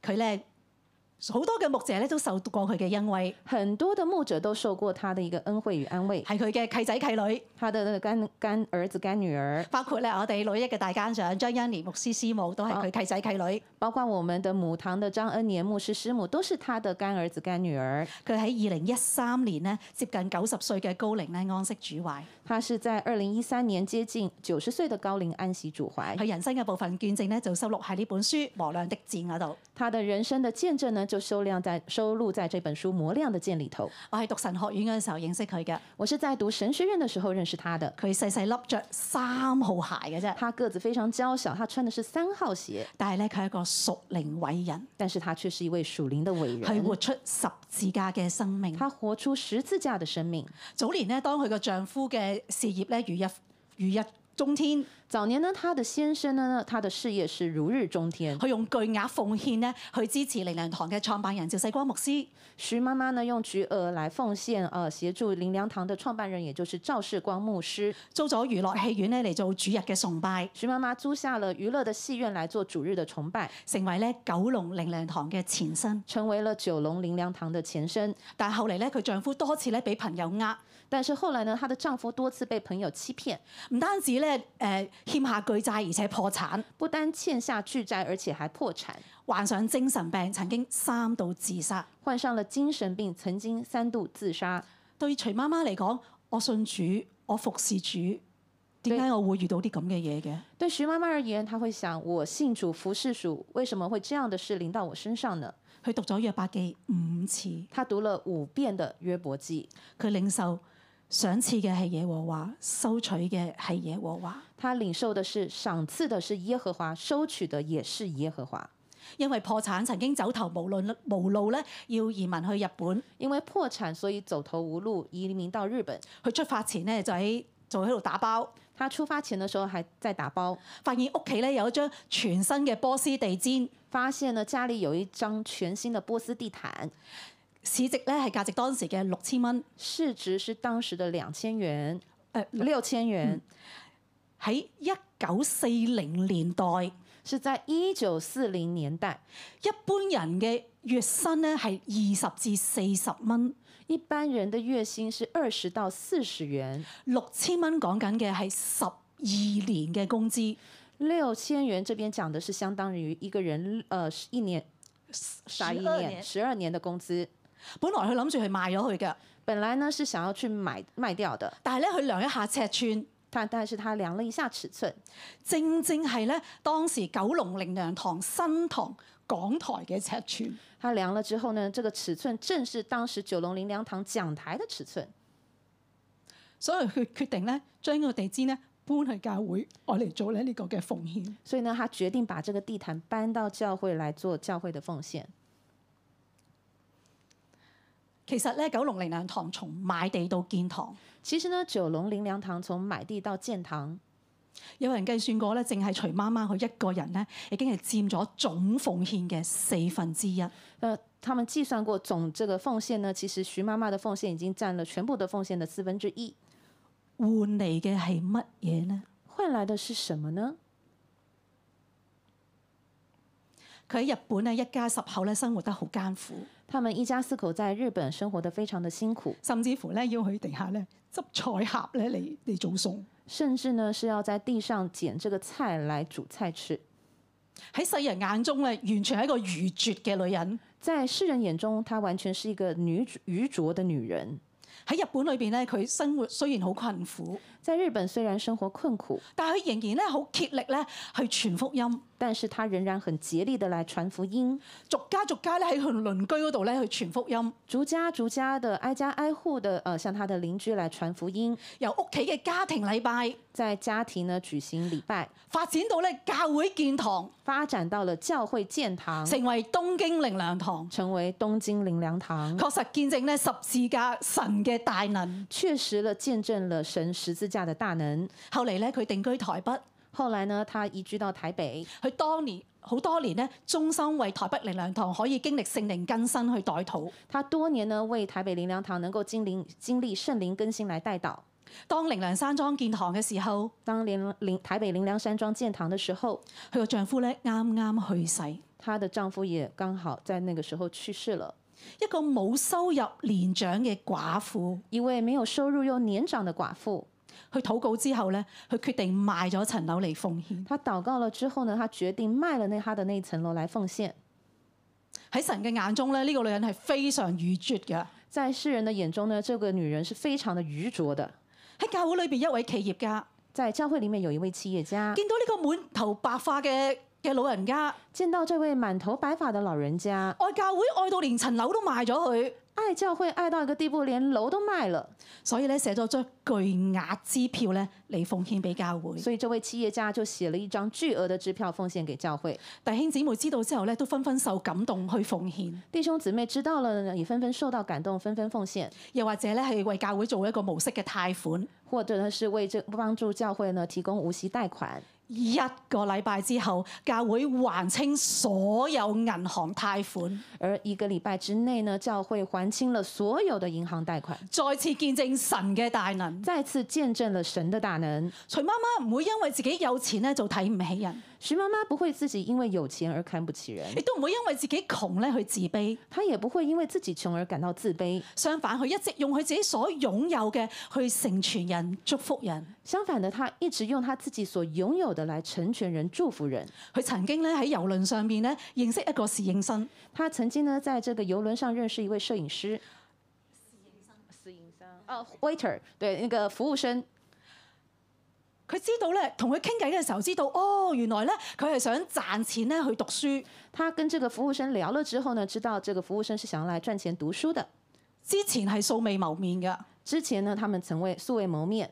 佢咧好多嘅牧者咧都受過佢嘅恩惠，
很多的牧者都受过他的一个恩惠与安慰，
係佢嘅契仔契女，
他的那个干干儿子、干女儿，
包括咧我哋女一嘅大家長張欣年牧師師母都係佢契仔契女。
包括我们的母堂的张恩年牧师师母，都是他的干儿子、干女儿。
佢喺二零一三年呢，接近九十歲嘅高齡咧安息主懷，
他是在二零一三年接近九十岁的高龄安息主怀，
佢人生嘅部分見證咧就收錄喺呢本書《磨亮的箭》嗰度。
他的人生的见证呢，就收量在收录在这本书《磨亮的剑》里头。
我喺讀神學院嘅時候認識佢嘅，
我是在讀神学院的时候认识他的，
佢細細粒着三號鞋嘅啫，
他个子非常娇小，他穿的是三号鞋，
但係咧佢係一個屬靈偉人。
但是他却是一位属灵的伟
佢活
人，
出十字架嘅生命。
他活出十字架的生命。
早年呢，當佢個丈夫嘅事業咧如日如日中天，
早年呢，他的先生呢，他的事业是如日中天。
佢用巨額奉獻呢去支持靈糧堂嘅創辦人趙世光牧師。
徐妈妈呢，用巨额来奉献，呃，协助林良堂的创办人，也就是赵世光牧师。
租咗娛樂戲院咧嚟做主日嘅崇拜，
徐妈妈租下了娱乐的戏院来做主日的崇拜，
成為咧九龍靈糧堂嘅前身。
成为了九龙林良堂的前身。
但後嚟咧，佢丈夫多次咧俾朋友呃，
但是后来呢，她的丈夫多次被朋友欺骗，
唔單止咧誒呃欠下巨債而且破產，
不单欠下巨债，而且还破产，
患上精神病，曾經三度自殺。
患上了精神病，曾经三度自殺。
對徐媽媽嚟講，我信主，我服侍主，點解我會遇到啲咁嘅嘢嘅？
对徐妈妈而言，她会想：我信主服侍主，为什么会这样的事临到我身上呢？
佢讀咗約伯記五次，
她读了五遍的约伯记，
佢領受賞賜嘅係耶和華，收取嘅係耶和華。
她领受的是赏赐的是耶和华，收取的也是耶和华。
因為破產曾經走投無路，無路咧要移民去日本。
因为破产，所以走投无路，移民到日本。
佢出發前咧就喺就喺度打包，
她出发前的时候还在打包，
發現屋企咧有一張全新嘅波斯地氈，
发现呢家里有一张全新的波斯地毯，
市值咧係價值當時嘅六千蚊。
市值是当时的两千元、
誒
六千元，
喺一九四零年代，一
是在一九四零年代。
般人嘅月薪咧係二十至四十蚊，
一般人的月薪是二十到四十元，
六千蚊講緊嘅係十二年嘅工資，
六千元这边讲的是相当于一个人呃是一年啥一
12
年十二年的工资。
本來佢諗住去賣咗佢嘅，
本来呢是想要去买卖掉的，
但係咧佢量一下尺寸。
但但是他量了一下尺寸，
正正係咧當時九龍靈糧堂新堂港台嘅尺寸，
他量了之后呢，这个尺寸正是当时九龙林良堂讲台的尺寸，
所以佢決定咧將個地氈咧搬去教會，我嚟做咧呢個嘅奉獻。
所以呢，他决定把这个地毯搬到教会来做教会的奉献。
其實咧，九龍靈糧堂從買地到建堂，
其实呢，九龙林良堂從买地到建堂，
有人計算過咧，淨係徐媽媽佢一個人咧，已經係佔咗總奉獻嘅四分之一。
呃，他们计算过总这个奉献呢，其实徐妈妈的奉献已经占了全部的奉献的四分之一，
換嚟嘅係乜嘢呢？
换来的是什么呢？
佢喺日本咧，一家十口咧生活得好艱苦，
他们一家四口在日本生活得非常的辛苦，
甚至乎咧要去地下咧執菜盒咧嚟嚟做餸。
甚至呢是要在地上捡这个菜来煮菜吃。
喺世人眼中咧，完全係一個愚拙嘅女人。
在世人眼中，她完全是一个女主愚拙的女人。
喺日本裏邊咧，佢生活雖然好困苦，
在日本虽然生活困苦，
但係佢仍然咧好竭力咧去傳福音，
但是她仍然很竭力的来传福音，
逐家逐家咧喺佢鄰居嗰度咧去傳福音，
逐家逐家的挨家挨户的呃向她的邻居来传福音，
由屋企嘅家庭禮拜
在家庭呢举行礼拜，
發展到咧教會建堂，
发展到了教会建堂，
成為東京靈糧堂，
成为东京灵粮堂，
確實見證咧十字架神嘅大能。
确实了见证了神十字架的大能。
後嚟咧，佢定居台北，
后来呢，他移居到台北，
佢當年好多年咧，衷心為台北靈糧堂可以經歷聖靈更新去代禱。
他多年呢为台北灵粮堂能够经灵经历圣灵更新来带导。
當靈糧山莊建堂嘅時候，
当灵灵台北灵粮山庄建堂的时候，
佢個丈夫咧啱啱去世。
她的丈夫也刚好在那个时候去世了。
一個冇收入年長嘅寡婦，
一位没有收入又年长的寡妇，
佢禱告之後咧，佢決定賣咗層樓嚟奉獻。
她祷告了之后呢，她决定卖了那她的那一层楼来奉献。
喺神嘅眼中咧，呢、個女人係非常愚拙嘅。
在世人的眼中呢，这个女人是非常的愚拙的。
喺教會裏邊一位企業家
在教会里面有一位企业家，
見到呢個滿頭白髮嘅嘅老人家，
见到这位滿头白发的老人家，
愛教會愛到連層樓都賣咗佢，
爱教会爱到一个地步，连楼都卖了。
所以咧寫咗張巨額支票咧嚟奉獻俾教會。
所以这位企业家就写了一张巨额的支票奉献给教会。
弟兄姊妹知道之後咧，都紛紛受感動去奉獻，
弟兄姊妹知道了呢，也纷纷受到感动，纷纷奉献，
又或者咧係為教會做一個無息嘅貸款。
或者呢是为这帮助教会呢提供无息贷款。
一個禮拜之後，教會還清所有銀行貸款，
而一个礼拜之内呢，教会还清了所有的银行贷款，
再次見證神嘅大能。
再次见证了神的大能。
徐媽媽唔會因為自己有錢咧就睇唔起人，
徐妈妈不会自己因为有钱而看不起人
亦，都唔會因為自己窮咧去自卑，
她也不会因为自己穷而感到自卑。
相反佢一直用佢自己所擁有嘅去成全人、祝福人。
相反的，她一直用她自己所拥有的来成全人、祝福人。
佢曾經咧喺遊輪上面咧認識一個侍應生，
她曾经呢，在这个游轮上认识一位摄影师，哦，waiter，对，那个服务生。
佢知道咧同佢傾偈嘅時候知道，哦原來咧佢係想賺錢咧去讀書。
她跟这个服务生聊了之后呢，知道这个服务生是想要来赚钱读书的。
之前係素未謀面嘅，
之前呢，他们曾为素未谋面，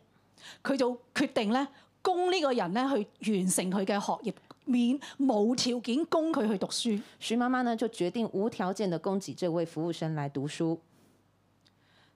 佢就決定咧供呢個人咧去完成佢嘅學業，免無條件供佢去讀書。
徐妈妈呢就决定无条件的供给这位服务生来读书。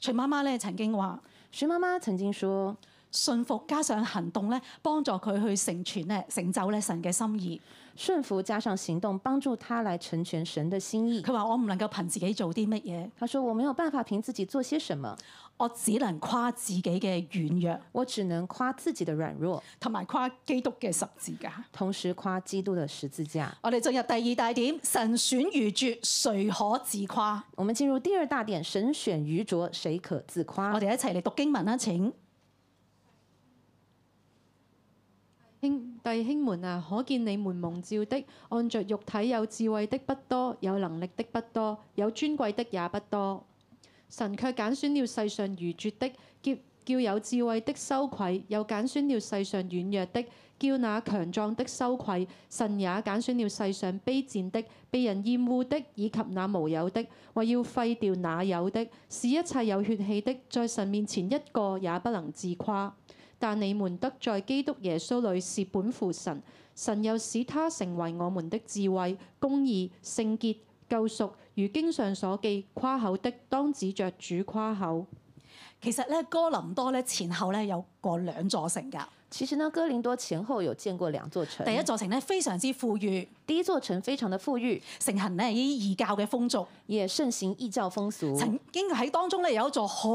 徐媽媽咧曾經話：
徐妈妈曾经说，
信服加上行動咧，幫助佢去成全咧成就咧神嘅心意。
顺服加上行动，帮助她来成全神的心意。
佢話：我唔能夠憑自己做啲乜嘢，
她说：“我没有办法凭自己做些什么，
我只能誇自己嘅軟弱，
我只能夸自己的软弱，
同埋誇基督嘅十字架。
同时夸基督的十字架。
我哋進入第二大點：神選愚拙，誰可自誇？”
我们进入第二大点：神选愚拙，谁可自
我
夸？
哋一齊嚟讀經文啦，請。
兄弟兄們啊，可見你們蒙召的，按着肉體有智慧的不多，有能力的不多，有尊貴的也不多。神卻揀選了世上愚拙的，叫叫有智慧的羞愧；又揀選了世上軟弱的，叫那強壯的羞愧。神也揀選了世上卑賤的、被人厭惡的，以及那無有的，為要廢掉那有的，使一切有血氣的，在神面前一個也不能自誇。但你們得在基督耶穌裏是本乎神，神又使他成為我們的智慧、公義、聖潔、救贖。如經上所記，誇口的當指着主誇口。
其實咧，哥林多咧前後咧有過兩座城㗎。
其实呢，哥林多前后有见过两座城，
第一座城咧非常之富裕，
第一座城非常的富裕，
盛行咧依異教嘅風俗。
也盛行异教风俗。
曾經喺當中咧有一座好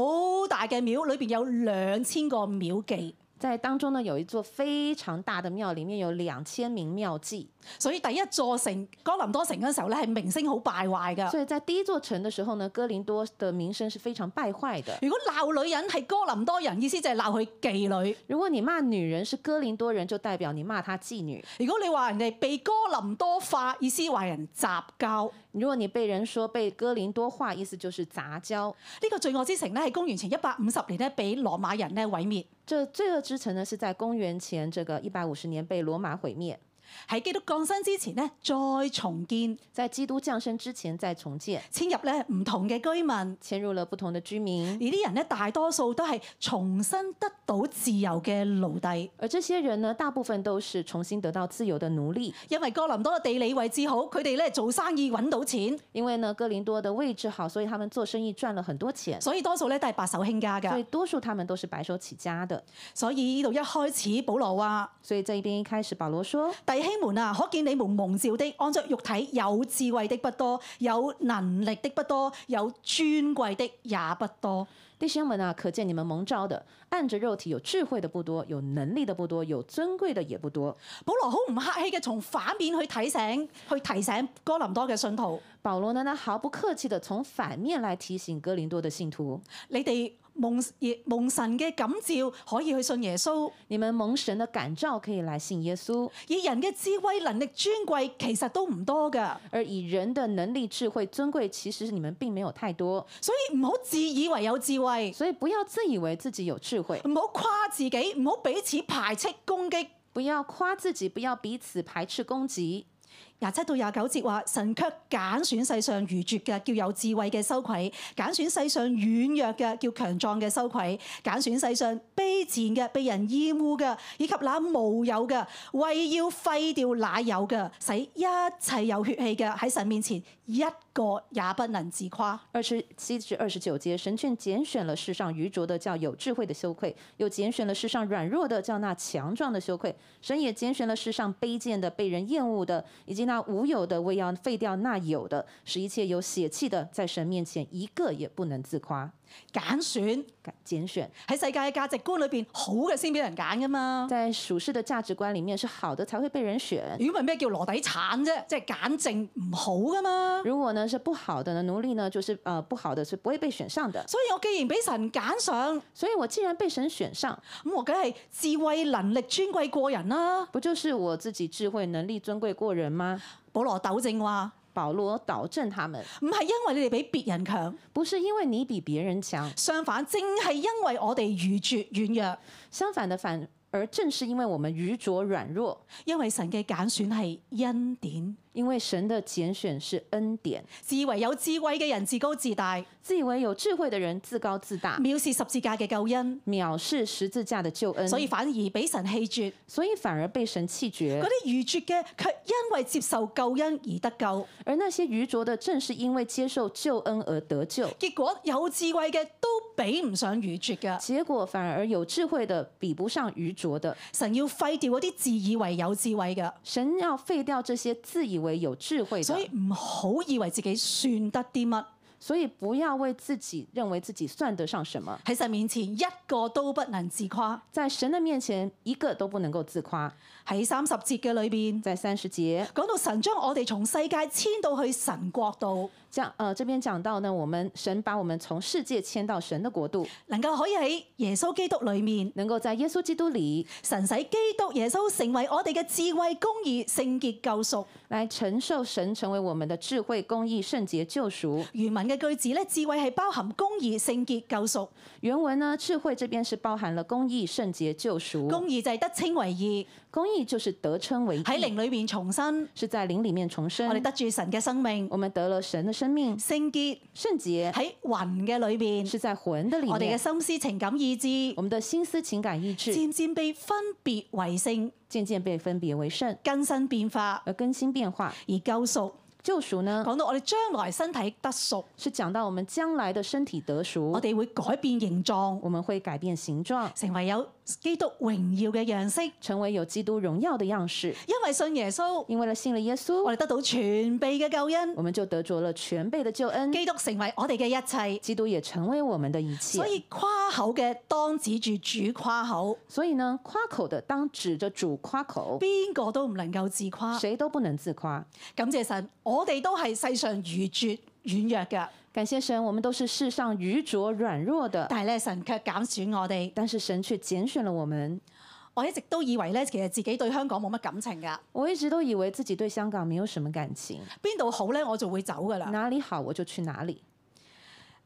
大嘅廟，裏邊有兩千個廟記，
在当中呢，有一座非常大的庙，里面有两千名庙妓。
所以第一座城哥林多城嗰陣時候咧係名聲好敗壞㗎。
所以在第一座城的时候呢，哥林多的名声是非常败坏的。
如果鬧女人係哥林多人，意思就係鬧佢妓女；
如果你骂女人是哥林多人，就代表你骂她妓女；
如果你話人哋被哥林多化，意思話人雜交。
如果你被人说被哥林多化，意思就是杂交。
呢、個罪惡之城咧喺公元前一百五十年咧俾羅馬人咧毀滅。
这罪恶之城呢，是在公元前这个一百五十年被罗马毁灭，
喺基督降生之前咧再重建，
在基督降生之前再重建，
遷入咧唔同嘅居民。
迁入了不同的居
而
民，
啲人咧，大多數都係重新得到自由嘅奴隸，
而这些人呢，大部分都是重新得到自由的奴隶，
因為哥林多嘅地理位置好，佢哋咧做生意揾到錢，
因为呢，哥林多的位置好，所以他们做生意赚了很多钱，
所以多數咧都係白手興家
所以
㗎。
多数他们都是白手起家的。
所以呢度一開始，保羅話：
所以这一边一开始，保罗说
弟兄們啊，可見你們蒙召的，按着肉體有智慧的不多，有能力的不多，有尊貴的也不多。：“
弟兄们啊，可见你们蒙召的，按着肉体有智慧的不多，有能力的不多，有尊贵的也不多。
保羅好唔客氣嘅，從反面去提醒，去提醒哥林多嘅信徒：”
保罗呢，他毫不客气的从反面来提醒哥林多的信徒：
你哋蒙蒙神嘅感召，可以去信耶穌。
你们蒙神的感召，可以来信耶稣；
以人嘅智慧、能力、尊貴，其實都唔多噶，
而以人的能力、智慧、尊贵，其实你们并没有太多。
所以唔好自以為有智慧，
所以不要自以为自己有智慧，
唔好誇自己，唔好彼此排斥攻擊。
不要夸自己，不要彼此排斥攻击。
廿七到廿九節話：神卻揀選世上愚拙嘅，叫有智慧嘅羞愧；揀選世上軟弱嘅，叫強壯嘅羞愧；揀選世上卑賤嘅、被人厭惡嘅，以及那無有嘅，為要廢掉那有嘅，使一切有血氣嘅喺神面前一個也不能自誇。
二十七至二十九节，神却拣选了世上愚拙的，叫有智慧的羞愧；又拣选了世上软弱的，叫那强壮的羞愧。神也拣选了世上卑贱的、被人厌恶的，以及那无有的，为要废掉那有的，使一切有血气的，在神面前一个也不能自夸。
揀選
拣选。
喺世界嘅價值觀裏邊，好嘅先俾人揀噶嘛。
在属世的价值观里面，是好的才会被人选。
如果唔係咩叫羅底產啫，即係揀正唔好噶嘛。
如果呢是不好的呢，奴隶呢就是呃不好的是不会被选上的。
所以我既然俾神揀上，
所以我既然被神选上，
咁我梗係智慧能力尊貴過人啦。
不就是我自己智慧能力尊贵过人吗？
保羅糾正話：
保罗导正他们，
唔係因為你哋比別人強，
不是因为你比别人强，
相反正係因為我哋愚拙軟弱，
相反的反而正是因为我们愚拙软弱，
因為神嘅揀選係恩典。
因为神的拣选是恩典。
自以為有智慧嘅人自高自大，
自以为有智慧的人自高自大，
藐視十字架嘅救恩，
藐视十字架的救恩，
所以反而俾神棄絕。
所以反而被神弃绝
嗰。啲愚拙嘅卻因為接受救恩而得救，
而那些愚拙的，正是因为接受救恩而得救，
結果有智慧嘅都比唔上愚拙嘅。
结果反而有智慧的比不上愚拙的。
神要廢掉嗰啲自以為有智慧嘅，
神要废掉这些自以为有智慧的，
所以唔好以為自己算得啲乜，
所以不要为自己认为自己算得上什么，
喺神面前一個都不能自誇。
在神的面前一个都不能够自夸。
喺三十節嘅裏邊
在三十节
講到神將我哋從世界遷到去神國度，
讲呃这边讲到呢，我们神把我们从世界迁到神的国度，
能夠可以喺耶穌基督裏面，
能够在耶稣基督里
神使基督耶穌成為我哋嘅智慧、公義、聖潔、救贖。
来承受神成为我们的智慧、公义、圣洁、救赎。
原文嘅句子咧，智慧係包含公義、聖潔、救贖。
原文呢，智慧这边是包含了公义、圣洁、救赎。
公義就係得稱為義，
公义就是得称为义
喺靈裏面重生，
是在灵里面重生
我。哋得住神嘅生命。
我们得了神的生命，
聖潔
圣洁
喺魂嘅裏邊，
是在魂的里
我哋嘅
面。
心思、情感、意志
我，們的心思、情感、意志
漸漸被分別為聖，
渐渐被分别为圣，
更新變化。
而更新變化。
而救贖
救赎呢，
講到我哋將來身體得贖，
是講到我們將來的身體得赎
我，哋會改變形狀，
我們會改變形狀，
成為有基督榮耀嘅樣式。
成為有基督榮耀的樣式。
因為信耶穌，
因為了信了耶
我
穌，
哋得到全備嘅救恩，
我們就得着了全備的救恩，
基督成為我哋嘅一切。
基督也成為我們的一切
所。以誇口嘅當指住主誇口，
所以呢，誇口的當指着主誇口，
邊個都唔能夠自誇。
誰都不能自誇。
感謝神，我哋都係世上愚拙軟弱嘅，
感謝神，我們都是世上愚拙軟弱的，
但係咧神卻揀選我哋。
但是神卻揀選了我們。
我一直都以為咧，其實自己對香港冇乜感情㗎，
我一直都以為自己對香港沒有什麼感情，
邊度好咧我就會走㗎啦。
哪裡好我就去哪裡。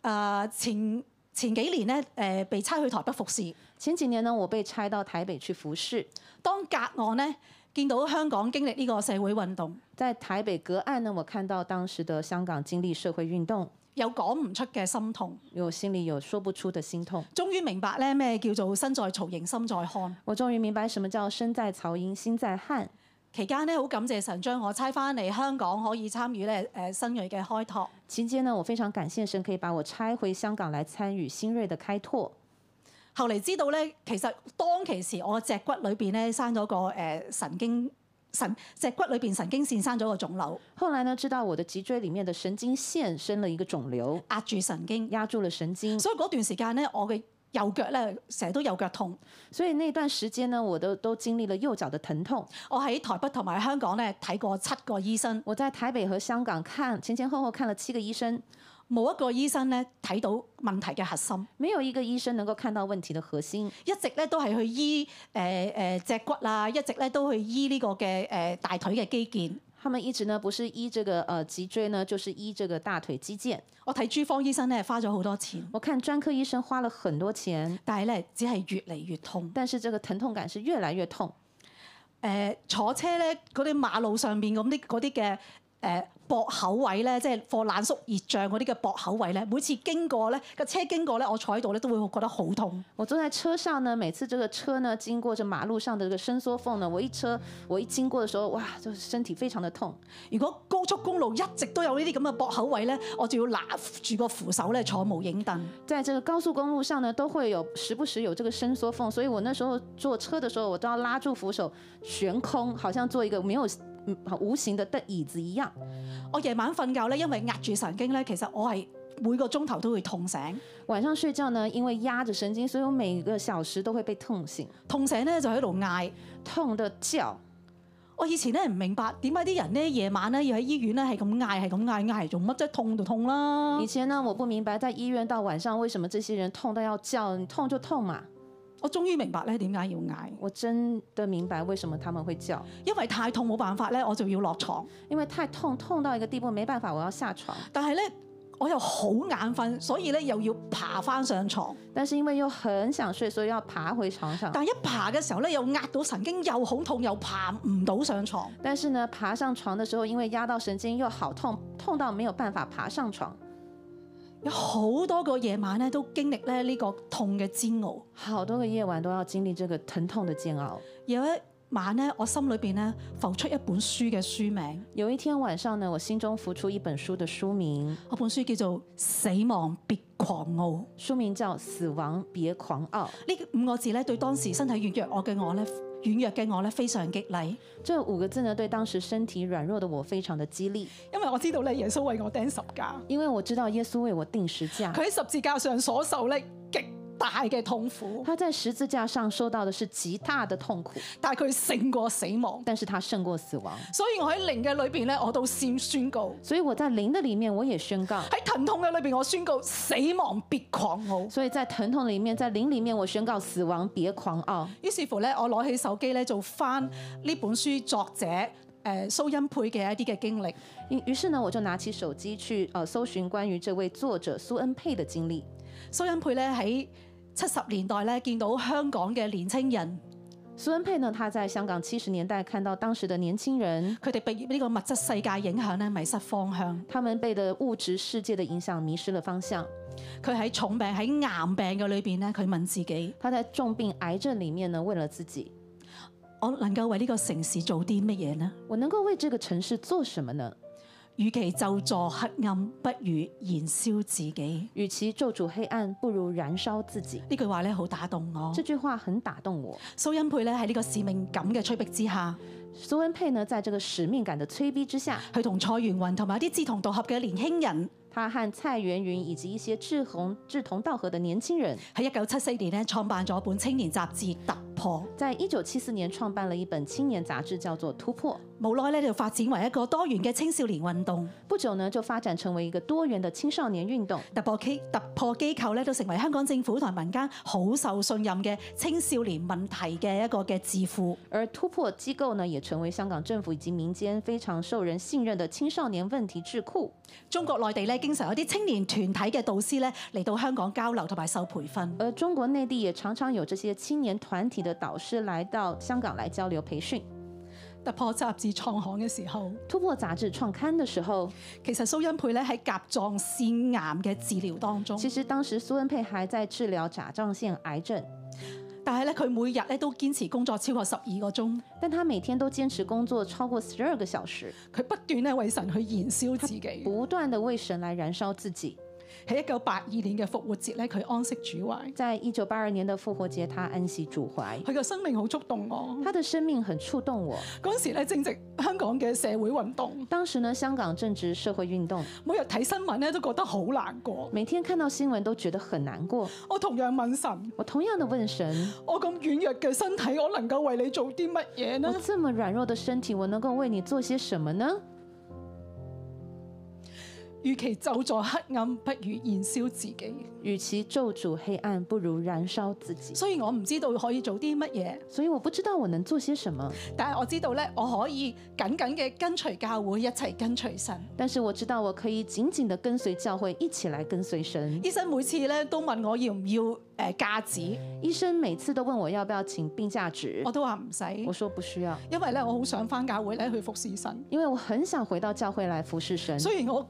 啊、前前幾年咧，誒、被差去台北服侍。
前幾年呢，我被差到台北去服侍，
當隔岸咧見到香港經歷呢個社會運動，
在台北隔岸呢，我看到當時的香港經歷社會運動，
有講唔出嘅心痛，
我心裡有說不出的心痛。
終於明白咧咩叫做身在曹營心在漢。
我終於明白什麼叫身在曹營心在漢。
期間咧，好感謝神將我差翻嚟香港，可以參與咧誒呃新鋭嘅開拓。
期間呢，我非常感謝神可以把我差回香港來參與新锐的開拓。
後嚟知道咧，其實當其時我脊骨裏邊咧生咗個誒、呃神經神脊骨裏邊神經線生咗個腫瘤，
後來呢，知道我的脊椎裡面的神經線生了一個腫瘤，
壓住神經，
壓住了神經，
所以嗰段時間咧，我嘅右腳咧成日都有腳痛。
所以那段時間呢，我都都經歷了右腳的疼痛。
我喺台北同埋香港咧睇過七個醫生，
我在台北和香港看前前後後看了七個醫生，
冇一個醫生咧睇到問題嘅核心，
沒有一個醫生能夠看到問題的核心。
一直咧都係去醫誒誒脊骨啊，一直咧都去醫呢個嘅誒、呃大腿嘅肌腱。
他們一直呢不是依這個呃脊椎呢，就是依這個大腿肌腱。
我睇朱芳醫生咧花咗好多錢，
我看專科醫生花了很多錢，
但係咧只係越嚟越痛。誒、
但是這個疼痛感是越來越痛。
坐車咧嗰啲馬路上面咁啲嗰啲嘅誒駁口位咧，即係放冷縮熱脹嗰啲嘅駁口位咧，每次經過咧個車經過咧，我坐喺度咧都會覺得好痛。
我坐在車上呢，每次這個車呢經過這馬路上的這個伸縮縫呢，我一車我一經過的時候，哇，就是身體非常的痛。
如果高速公路一直都有呢啲咁嘅駁口位咧，我就要拿住個扶手咧坐無影凳。
在這個高速公路上呢，都會有時不時有這個伸縮縫，所以我那時候坐車的時候，我都要拉住扶手悬空，好像做一個沒有嗯無形的凳椅子一樣。
我夜晚瞓覺咧，因為壓住神經咧，其實我係每個鐘頭都會痛醒，
晚上睡觉呢，因为压着神经，所以我每个小时都会被痛醒，
痛醒咧就喺度嗌。
痛的叫。
我以前咧唔明白點解啲人咧夜晚咧要喺醫院咧係咁嗌，係咁嗌，嗌嚟做乜啫？痛就痛啦
以，前呢，我不明白在医院到晚上为什么这些人痛到要叫，你痛就痛嘛。
我終於明白咧點解要嗌，
我真的明白为什么他们会叫，
因為太痛冇辦法咧，我就要落床。
因为太痛，痛到一个地步没办法，我要下床。
但係咧我又好眼瞓，所以咧又要爬翻上床。
但是因为又很想睡，所以要爬回床上。
但係一爬嘅時候咧又壓到神經，又好痛，又爬唔到上床。
但是呢，爬上床的时候，因为压到神经又好痛，痛到没有办法爬上床。
有好多個夜晚咧都經歷咧呢個痛嘅煎熬。
好多个夜晚都要经历这个疼痛的煎熬。
有一晚咧，我心裏邊咧浮出一本書嘅書名，
有一天晚上呢，我心中浮出一本书的书名，
嗰本書叫做《死亡別狂傲》。
书名叫《死亡别狂傲》。
呢五個字咧對當時身體軟弱我嘅我咧。軟弱嘅我咧非常激勵，
这五个字呢，对当时身体软弱的我非常的激励，
因為我知道咧耶穌為我釘十架，
因为我知道耶稣为我定十架，
佢喺十字架上所受咧極大嘅痛苦，
他在十字架上受到的是极大的痛苦，
但係佢勝過死亡。
但是他胜过死亡。
所以我喺靈嘅裏邊咧，我都先宣告
所以我在灵的里面，我也宣告。
喺疼痛嘅裏邊，我宣告死亡必狂傲。
所以在疼痛里面，在灵里面，我宣告死亡，别狂傲。
於是乎咧，我攞起手機咧，做翻呢本書作者誒、呃、蘇恩佩嘅一啲嘅經歷。
于于是呢，我就拿起手机去呃搜寻关于这位作者苏恩佩的经历。
蘇恩佩咧喺七十年代咧，見到香港嘅年青人，
苏恩佩呢，他在香港七十年代看到当时的年轻人，
佢哋被呢個物質世界影響咧，迷失方向。
他们被的物质世界的影响迷失了方向。
佢喺重病喺癌病嘅裏邊咧，佢問自己：
他在重病癌症里面呢，为了自己，
我能夠為呢個城市做啲乜嘢呢？
我能够为这个城市做什么呢？
與其就助黑暗，不如燃燒自己。
与其咒诅黑暗，不如燃烧自己。
呢句話咧好打動我
这。句话很打动我。
蘇恩佩咧喺呢個使命感嘅催逼之下，
苏恩佩呢，在这个使命感的催逼之下，
佢同蔡元雲同埋一啲志同道合嘅年輕人。
他和蔡元云以及一些志同志同道合的年轻人，
喺一九七四年咧創辦咗本青年雜誌《突破
在一九七四年创办了一本青年杂志，叫做《突破》。》，
無奈咧就發展為一個多元嘅青少年運動。
不久呢，就發展成为一个多元的青少年运动。
突破機突破機構咧都成為香港政府同埋民間好受信任嘅青少年問題嘅一個嘅智庫。
而突破机构呢，也成为香港政府以及民间非常受人信任的青少年问题智库。
中國內地咧經常有啲青年團體嘅導師咧嚟到香港交流同埋受培訓。
而中国内地也常常有这些青年团体的导师来到香港来交流培训。
突破雜誌創刊嘅時候，
突破杂志创刊的时候，
其實蘇恩佩咧喺甲狀腺癌嘅治療當中，
其实当时苏恩佩还在治疗甲状腺癌症，
但係咧佢每日咧都堅持工作超過十二個鐘，
但他每天都坚持工作超过十二个小时，
佢不斷咧為神去燃燒自己。
不断的为神来燃烧自己。
喺一九八二年嘅復活節咧，佢安息主懷，
在一九八二年的复活节，他安息主怀，
佢個生命好觸動我。
他的生命很触动我。
嗰陣時咧，正值香港嘅社會運動，
当时呢，香港正值社会运動，
每日睇新聞咧都覺得好難過。
每天看到新闻都觉得很难过。
我同樣問神：
我同样的问神：
我咁軟弱嘅身體，我能夠為你做啲乜嘢
我
呢？
这么软弱的身体，我能够为你做些什么呢？
與其就助黑暗，不如燃燒自己。
与其咒诅黑暗，不如燃烧自己。
雖然我唔知道可以做啲乜嘢，
所以我不知道我能做些什么，
但係我知道咧，我可以緊緊嘅跟隨教會，一齊跟隨神。
但是我知道我可以紧紧的跟随教会，一起来跟随神。
醫生每次咧都問我要唔要誒、呃、假紙，
医生每次都问我要不要请病假值
我，都話唔使，
我说不需要，
因為咧我好想返教會咧去服侍神。
因为我很想回到教会来服侍神，
雖然我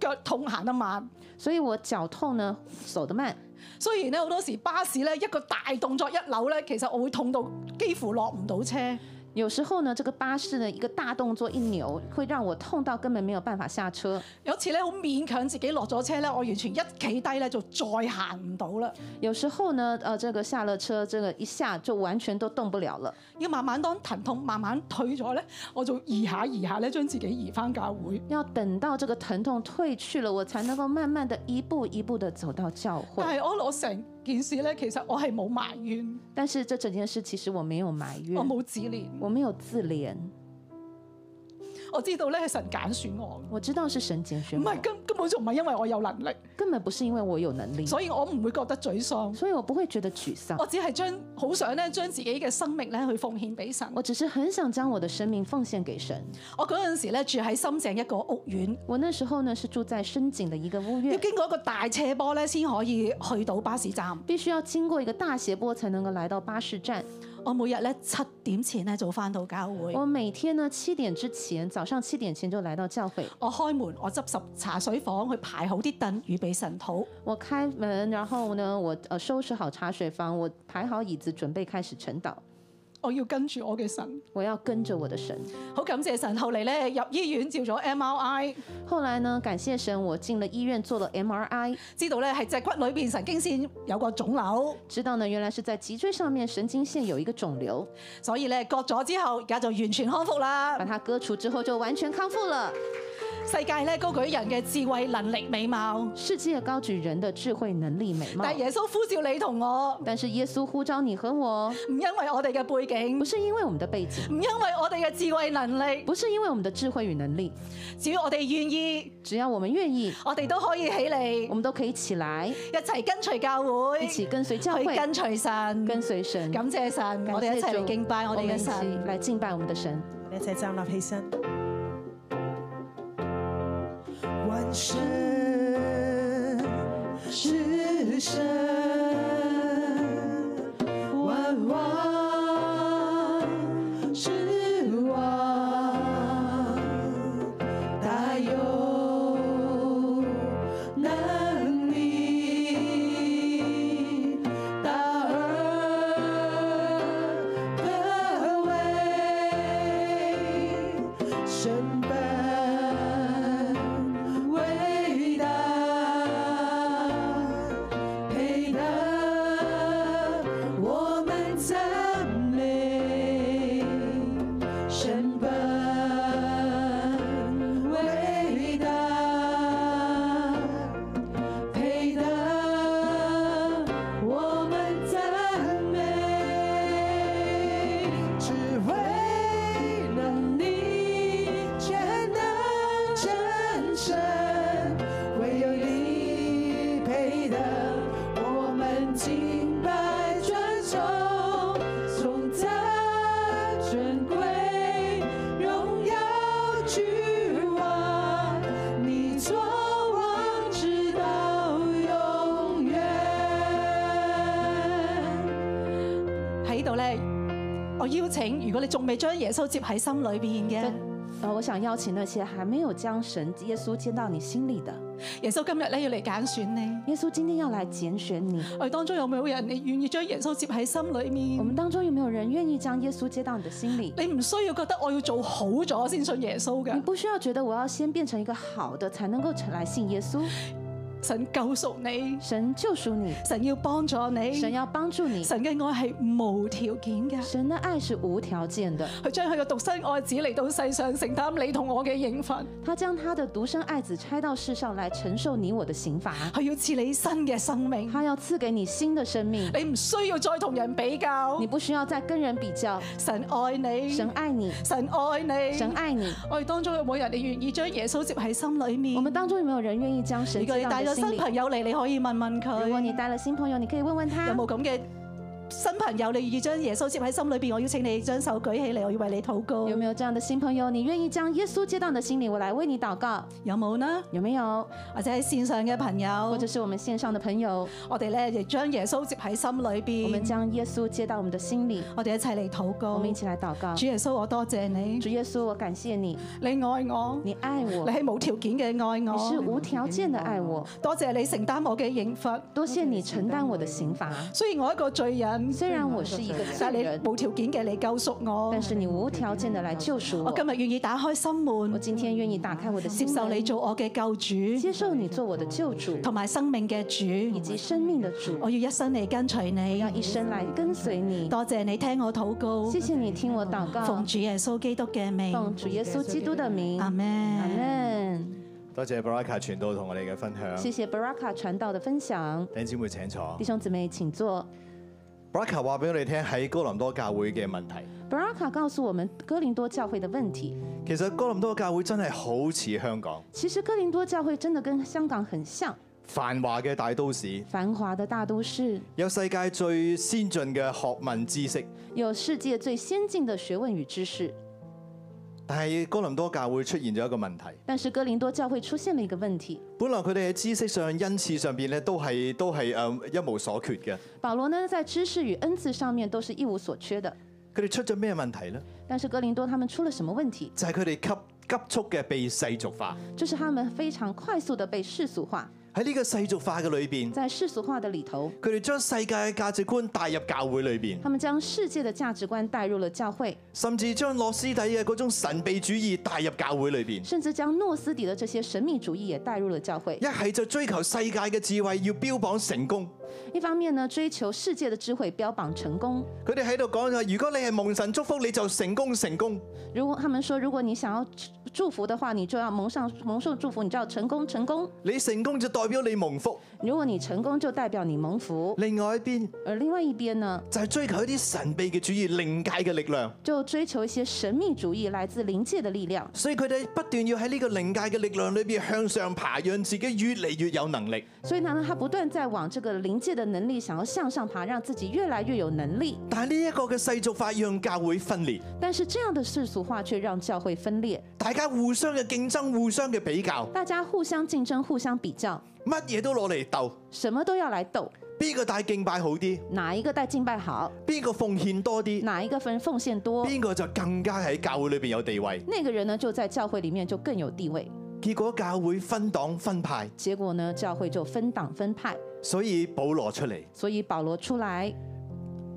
腳痛行得慢，
所以我脚痛呢，走得慢。
雖然咧好多時巴士咧一個大動作一扭咧，其實我會痛到幾乎落唔到車。
有有时候呢，这个巴士呢一个大动作一扭，会让我痛到根本没有办法下车。
有次咧好勉強自己落咗車咧，我完全一企低咧就再行唔到啦。
有时候呢，呃，这个下了车，这个一下就完全都动不了了。
要慢慢當疼痛慢慢退咗咧，我就移下移下咧，將自己移翻教會。
要等到这个疼痛退去了，我才能够慢慢的一步一步的走到教会
但。係我我成件事咧，其實我係冇埋怨，
但是这整件事其实我没有埋
哦我
怨，
冇自憐，
我没有自怜，
我知道咧係神揀選我，
我知道是神拣选
唔
我
係，根根本就唔係因為我有能力，
根本不是因为我有能力，
所以哦我唔會覺得沮喪。
所以我不会觉得沮丧
我。只係將好想咧將自己嘅生命咧去奉獻俾神。
我只是很想将我的生命奉献给神。
我嗰陣時咧住喺深井一個屋苑，
我那时候呢是住在深井的一个屋
要
苑，
經過一個大斜坡咧先可以去到巴士站。
必须要经过一个大斜坡才能够来到巴士站。
我每日咧七點前咧就翻到教會。
我每天呢七点之前，早上七点前就来到教会。
我開門，我執拾茶水房，去排好啲凳預備神討。
我开门，然后呢，我呃收拾好茶水房，我排好椅子，准备开始晨祷。
我要跟住我嘅神，
我要跟着我的神。
好感謝神。後嚟咧入醫院照咗 MRI，
后来呢，感谢神，我进了医院做了 MRI，
知道咧係脊骨裏邊神經線有個腫瘤，
知道呢原来是在脊椎上面神经线有一个肿瘤，
所以咧割咗之後，而家就完全康復啦
把。它割除之后就完全康复了。
世界咧高舉人嘅智慧、能力、美貌，
世界高举人的智慧、能力、美貌，
但耶穌呼召你同我，
但是耶稣呼召你和我，
唔因為我哋嘅背景
不，是因为我们的背景，
唔因為我哋嘅智慧能力，
不是因为我们的智慧与能力，
只要我哋願意，
只要我们愿意，
我哋都可以起
我
嚟，
们都可以起来，
一齊跟隨教
一
會，
起跟随教
去
会，
跟隨神。
跟随神。
感謝神，我哋一齊嚟敬拜我哋嘅
我们一
神
起。来敬拜我们的神。
一齊站立起身。
万神是神，万王是王，大有能力，大而可畏，神本伟大，配得我们赞美，神本伟大。配得我们赞美，智慧能力全能真神，唯有你配得我们敬拜尊崇，颂赞尊贵荣耀君王，你作王直到永远。
喺度咧，我邀請，如果你仲未將耶穌接喺心裏邊嘅，
呃，我想邀请那些还没有将神耶稣接到你心里的，
耶穌今日咧要嚟揀選你。
耶稣今天要来拣选你。
我哋當中有冇人你願意將耶穌接喺心裏
我
面？
们当中有没有人愿意将耶稣接到你的心里？
你唔需要覺得我要做好咗先信耶穌
你
嘅，
不需要觉得我要先变成一个好的才能够成来信耶稣，
神救贖你，
神救赎你，
神要幫助你，
神要帮助你，
嗯神嘅愛係無條件嘅，
神的愛是無條件的，
佢將佢嘅獨生愛子嚟到世上承擔你同我嘅刑罰，
他將他的獨生愛子差到世上來承受你我的刑罰，
佢要賜你新嘅生命，
他要賜給你新的生命，
你唔需要再同人比較
你。不需要再跟人比較，
神愛你，
神愛你，
神愛你，
神愛你。
我哋當中有冇人你願意將耶穌接喺心裏面？
我們當中有沒有人願意將神
如果
接
哎你帶
到你的
咗
心
新
里？
朋友嚟，你可以問問
如果
佢
你帶了新朋友，你可以問問
有
他，
冇咁嘅新朋友，你願意將耶穌接喺心裏邊？我邀請你將手舉起嚟，我要為你禱告
有。沒有這樣的新朋友，你願意將耶穌接到你的心里？我來為你禱告，
有冇呢？
有沒有？
或者喺線上嘅朋
或
友
者，是我們線上的朋友，
我哋咧亦將耶穌接喺心裏
我們
邊，
將耶穌接到我們的心里，
我哋一齊嚟禱
我
告
們一。起來禱告
主。耶穌，我多謝你，
主耶穌，我感謝你，
你愛我，
你愛我
你。係無條件嘅愛
你是
我，
無条件的愛我，
多謝你承擔我嘅刑罰。
多謝你承擔我的刑罰。
雖然我一個罪人，人，
虽然我是一个罪
但係
人
你，無條件嘅你救贖我
但。是你無條件的来救赎
我
我。
今日願意打開心
我
門，
今天愿意打开我的
接
心
受你
门，
做我嘅救主，
接受你做我的救主，
同埋生命嘅
以
主。
及生命的主。
我要一生嚟跟隨
我要
你。
一生来跟随你。
多謝你聽我禱告
谢，谢你听我祷告
奉，主耶穌基督嘅名。
奉主耶稣基督的名，
阿
阿
咩？
门。
多謝 Baraka 傳道同我哋嘅分
谢
享，
谢 Baraka 传道的分享，
弟兄姊妹請坐
弟。兄姊妹请坐。
Baraka 話俾我哋聽喺哥林多教會嘅問題，
Baraka 告诉我们哥林多教会的问题。
其實哥林多教會真係好似香港
其实哥林多教会真的跟香港很像，
繁華嘅大都市，
繁华的大都市，
有世界最先進嘅學問知識，
有世界最先进的学问与知识。
但係哥林多教會出現咗一個問題。
但是哥林多教会出现了一个问题，
本來佢哋喺知識上、恩賜上邊咧，都係都係呃誒一無所缺嘅。
保罗呢在知识与恩赐上面都是一无所缺的。
佢哋出咗咩問題呢？
但是哥林多他们出了什么问题？
就係佢哋急急速嘅被世俗化。
就是他们非常快速的被世俗化，
喺呢個世俗化嘅裏邊，
在世俗化的里头，
佢哋將世界嘅價值觀帶入教會裏邊，
他们将世界的價值觀帶入了教會，
甚至將諾斯底嘅嗰種神秘主義帶入教會裏邊。
甚至將諾斯底的這些神秘主義也帶入了教會
一。係就追求世界嘅智慧，要標榜成功。
一方面呢，追求世界的智慧，標榜成功。
佢哋喺度講就係如果你係蒙神祝福，你就成功成功。
如果他們說，如果你想要祝福的話，你就要蒙上蒙受祝福，你就要成功成功。
你成功就代表你蒙福。
如果你成功，就代表你蒙福。
另外一邊
而另外一邊呢，
就係追求一啲神秘嘅主義、靈界嘅力量。
就追求一些神秘主義來自靈界的力量，
所以佢哋不斷要喺呢個靈界嘅力量裏邊向上爬，讓自己越嚟越有能力。
所以呢，他不斷在往這個靈界的能力想要向上爬，讓自己越來越有能力。
但係呢一個嘅世俗化，讓教會分裂，
但是这样的世俗化却讓教會分裂，
大家互相嘅競爭、互相嘅比較，
大家互相競爭、互相比較，
乜嘢都攞嚟鬥。
什麼都要來鬥，
邊個帶敬拜好啲？
哪一個帶敬拜好，
邊個奉獻多啲？
哪一個分奉獻多，
邊個就更加喺教會裏邊有地位？
那個人呢就在教會裡面就更有地位。
結果教會分黨分派，
結果呢，教會就分黨分派，
所以保羅出嚟，
所以保羅出來，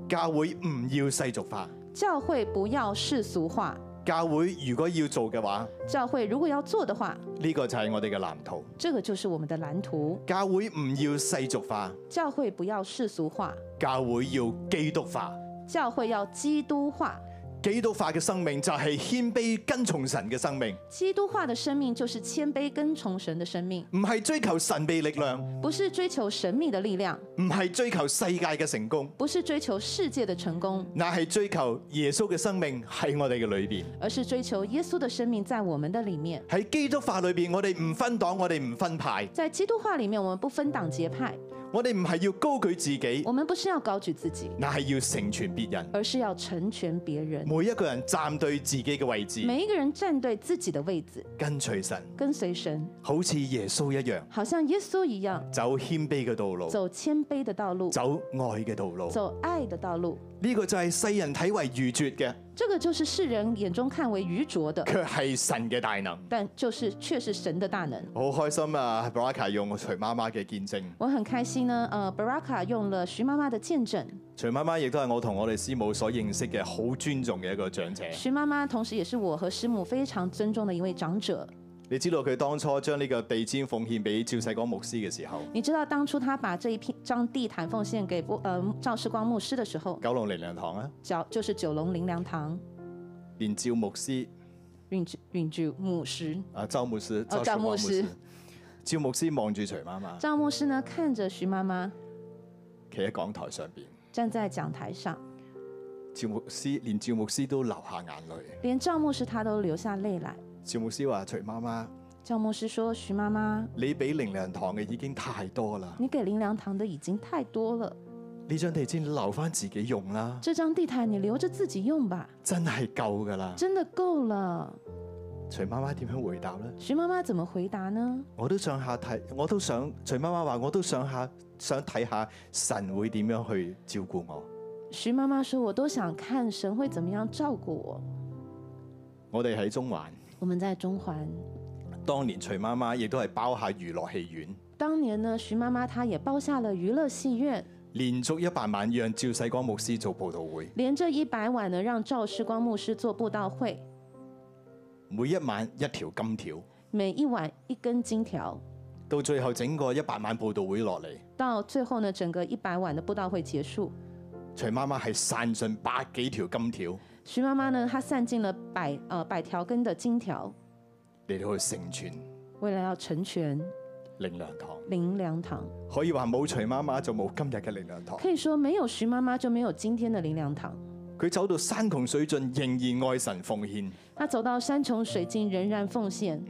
教會唔要世俗化。
教會不要世俗化，
教會如果要做嘅話，
教會如果要做的話，
呢、個就係我哋嘅藍圖。
這個就是我們的藍圖。
教會唔要世俗化，
教會不要世俗化，
教會要基督化。
教會要基督化。
基督化嘅生命就係謙卑跟從神嘅生命，
基督化的生命就是謙卑跟從神的生命，
唔係追求神秘力量，
不是追求神秘的力量，
唔係追求世界嘅成功，
不是追求世界的成功，
乃係追求耶穌嘅生命喺我哋嘅裏邊。
而是追求耶穌的生命在我们的里面。
喺基督化裏邊，我哋唔分黨，我哋唔分派，
在基督化里面，我們不分黨结派，
我哋唔係要高舉自己，
我们不是要高举自己，
乃係要成全別人。
而是要成全别人。
每一個人站對自己嘅位置，
每一个人站对自己的位置，
跟隨神，
跟随神，
好似耶穌一樣，
好像耶稣一样，
走謙卑嘅道路，
走謙卑的道路，
走愛嘅道路。
走爱的道路。
呢個就係世人睇為愚拙嘅，
这个就是世人眼中看为愚拙的，
卻係神嘅大能。
但就是却是神的大能。
好開心啊！Baraka 用徐媽媽嘅見證，
我很开心呢，呃，Baraka 用了徐妈妈的见证，
徐媽媽亦都係我同我哋師母所認識嘅好尊重嘅一個長者。
徐妈妈同时也是我和师母非常尊重的一位长者。
你知道佢當初將呢個地氈奉獻俾趙世光牧師嘅時候，
你知道当初他把这一片张地毯奉献给波呃赵世光牧师的时候，
九龍靈糧堂啊，
叫就是九龙灵粮堂
連趙牧師
运运住牧师。
啊周牧師、
哦
世光
周牧師
趙牧師望住徐媽媽，
赵牧师呢看着徐妈妈
企喺講台上邊，
站在講台上，
趙牧師連趙牧師都流下眼淚。
连赵牧师他都流下泪来。
趙牧師話：徐媽媽，
赵牧师说：“徐妈妈，
你俾靈糧堂嘅已經太多啦，
你给灵粮堂的已经太多了，
呢張地氈留翻自己用啦，
这张地毯你留着自己用吧，
真係夠㗎啦。
真的够了。”
徐媽媽點樣回答呢？
徐妈妈怎么回答呢？
我都想下睇，我都想徐媽媽話，我都想下想睇下神會點樣去照顧我。
徐妈妈说：“我都想看神会怎么样照顾我。
我哋喺中環，”
我们在中环，
當年徐媽媽亦都係包下娛樂戲院，
当年呢，徐妈妈她也包下了娱乐戏院，
連續一百晚讓趙世光牧師做佈道會，
连着一百晚呢，让赵世光牧师做布道会，
每一晚一條金條，
每一晚一根金条，
到最後整個一百晚佈道會落嚟，
到最后呢，整个一百晚的布道会结束，
徐媽媽係散盡百幾條金條
徐妈妈呢，她散尽了百呃百条根的金条，
嚟到去成全
为了要成全
靈糧堂。
灵粮堂，
可以話冇徐媽媽就冇今日嘅靈糧堂。
可以说没有徐妈妈就没有今天的灵粮堂。
佢走到山窮水盡，仍然愛神奉獻。
她走到山穷水尽，仍然奉献。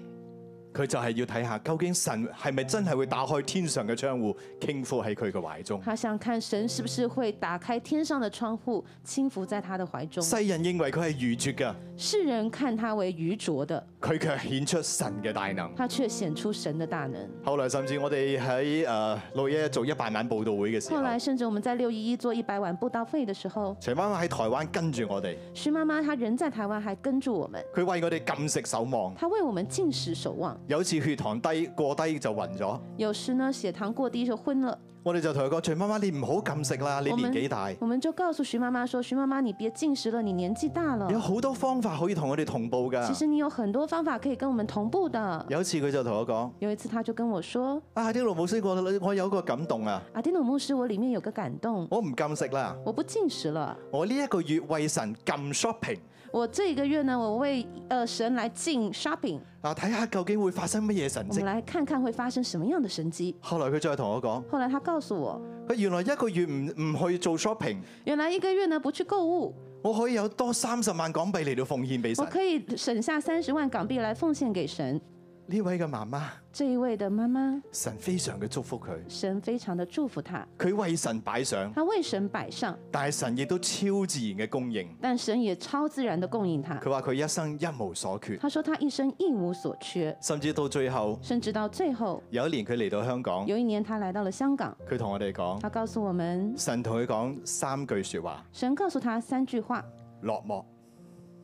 佢就係要睇下究竟神係咪真係會打開天上嘅窗户，傾覆喺佢嘅懷中。
她想看神是不是会打开天上的窗户，轻伏在她的怀中。
世人認為佢係愚拙嘅，
世人看她为愚拙的，
佢卻顯出神嘅大能。
她却显出神的大能。
後來甚至我哋喺誒六一一做一百晚報道會嘅時
后
候，
来，甚至我们在六一一做一百晚布道会的时候，
徐媽媽喺台灣跟住我哋，
徐妈妈她人在台湾还跟住我们，
佢為我哋禁食守望。
她为我们禁食守望。
有次血糖低過低就暈咗，
有时呢，血糖过低就昏了。
我哋就同佢講：徐媽媽，你唔好禁食啦，你
我
年
們
紀大，
我们就告诉徐妈妈说：“徐妈妈，你别进食了，你年纪大了
有。好多方法可以同我哋同步
其
㗎。
实你有很多方法可以跟我们同步的。
有一次佢就同我講：”
有一次，她就跟我说
啊，啲老母師，我我有個感動啊，：“
阿丁努牧师，我里面有个感动，
我唔禁食啦，
我不进食了。
我呢一個月為神禁 shopping
我这一个月呢，我为呃神来进 shopping，
啊，睇下究竟會發生乜嘢神
我们
蹟。
来看看会发生什么样的神迹。”
後來佢再同我講，
后来他告诉我，
佢原來一個月唔唔去做 shopping，
原来一个月呢不去購物，
我可以有多三十萬港幣嚟到奉獻俾
我
神。
可以省下三十万港币来奉献给神。
呢位嘅媽媽，
这一位的妈妈，
神非常嘅祝福佢，
神非常的祝福她，
佢為神擺上，
她为神摆上，
但係神亦都超自然嘅供應。
但神也超自然的供应她。
佢話佢一生一無所缺，
她说她一生一无所缺，
甚至到最後
甚至到最后
有一年佢嚟到香港，
有一年她来到了香港，
佢同我哋講，
她告诉我们，
神同佢講三句説話：
神告诉她三句话：
落寞、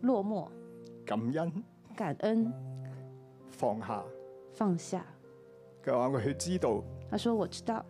落寞、
感恩、
感恩、
放下。
放下。
佢話：佢知道
她说我知道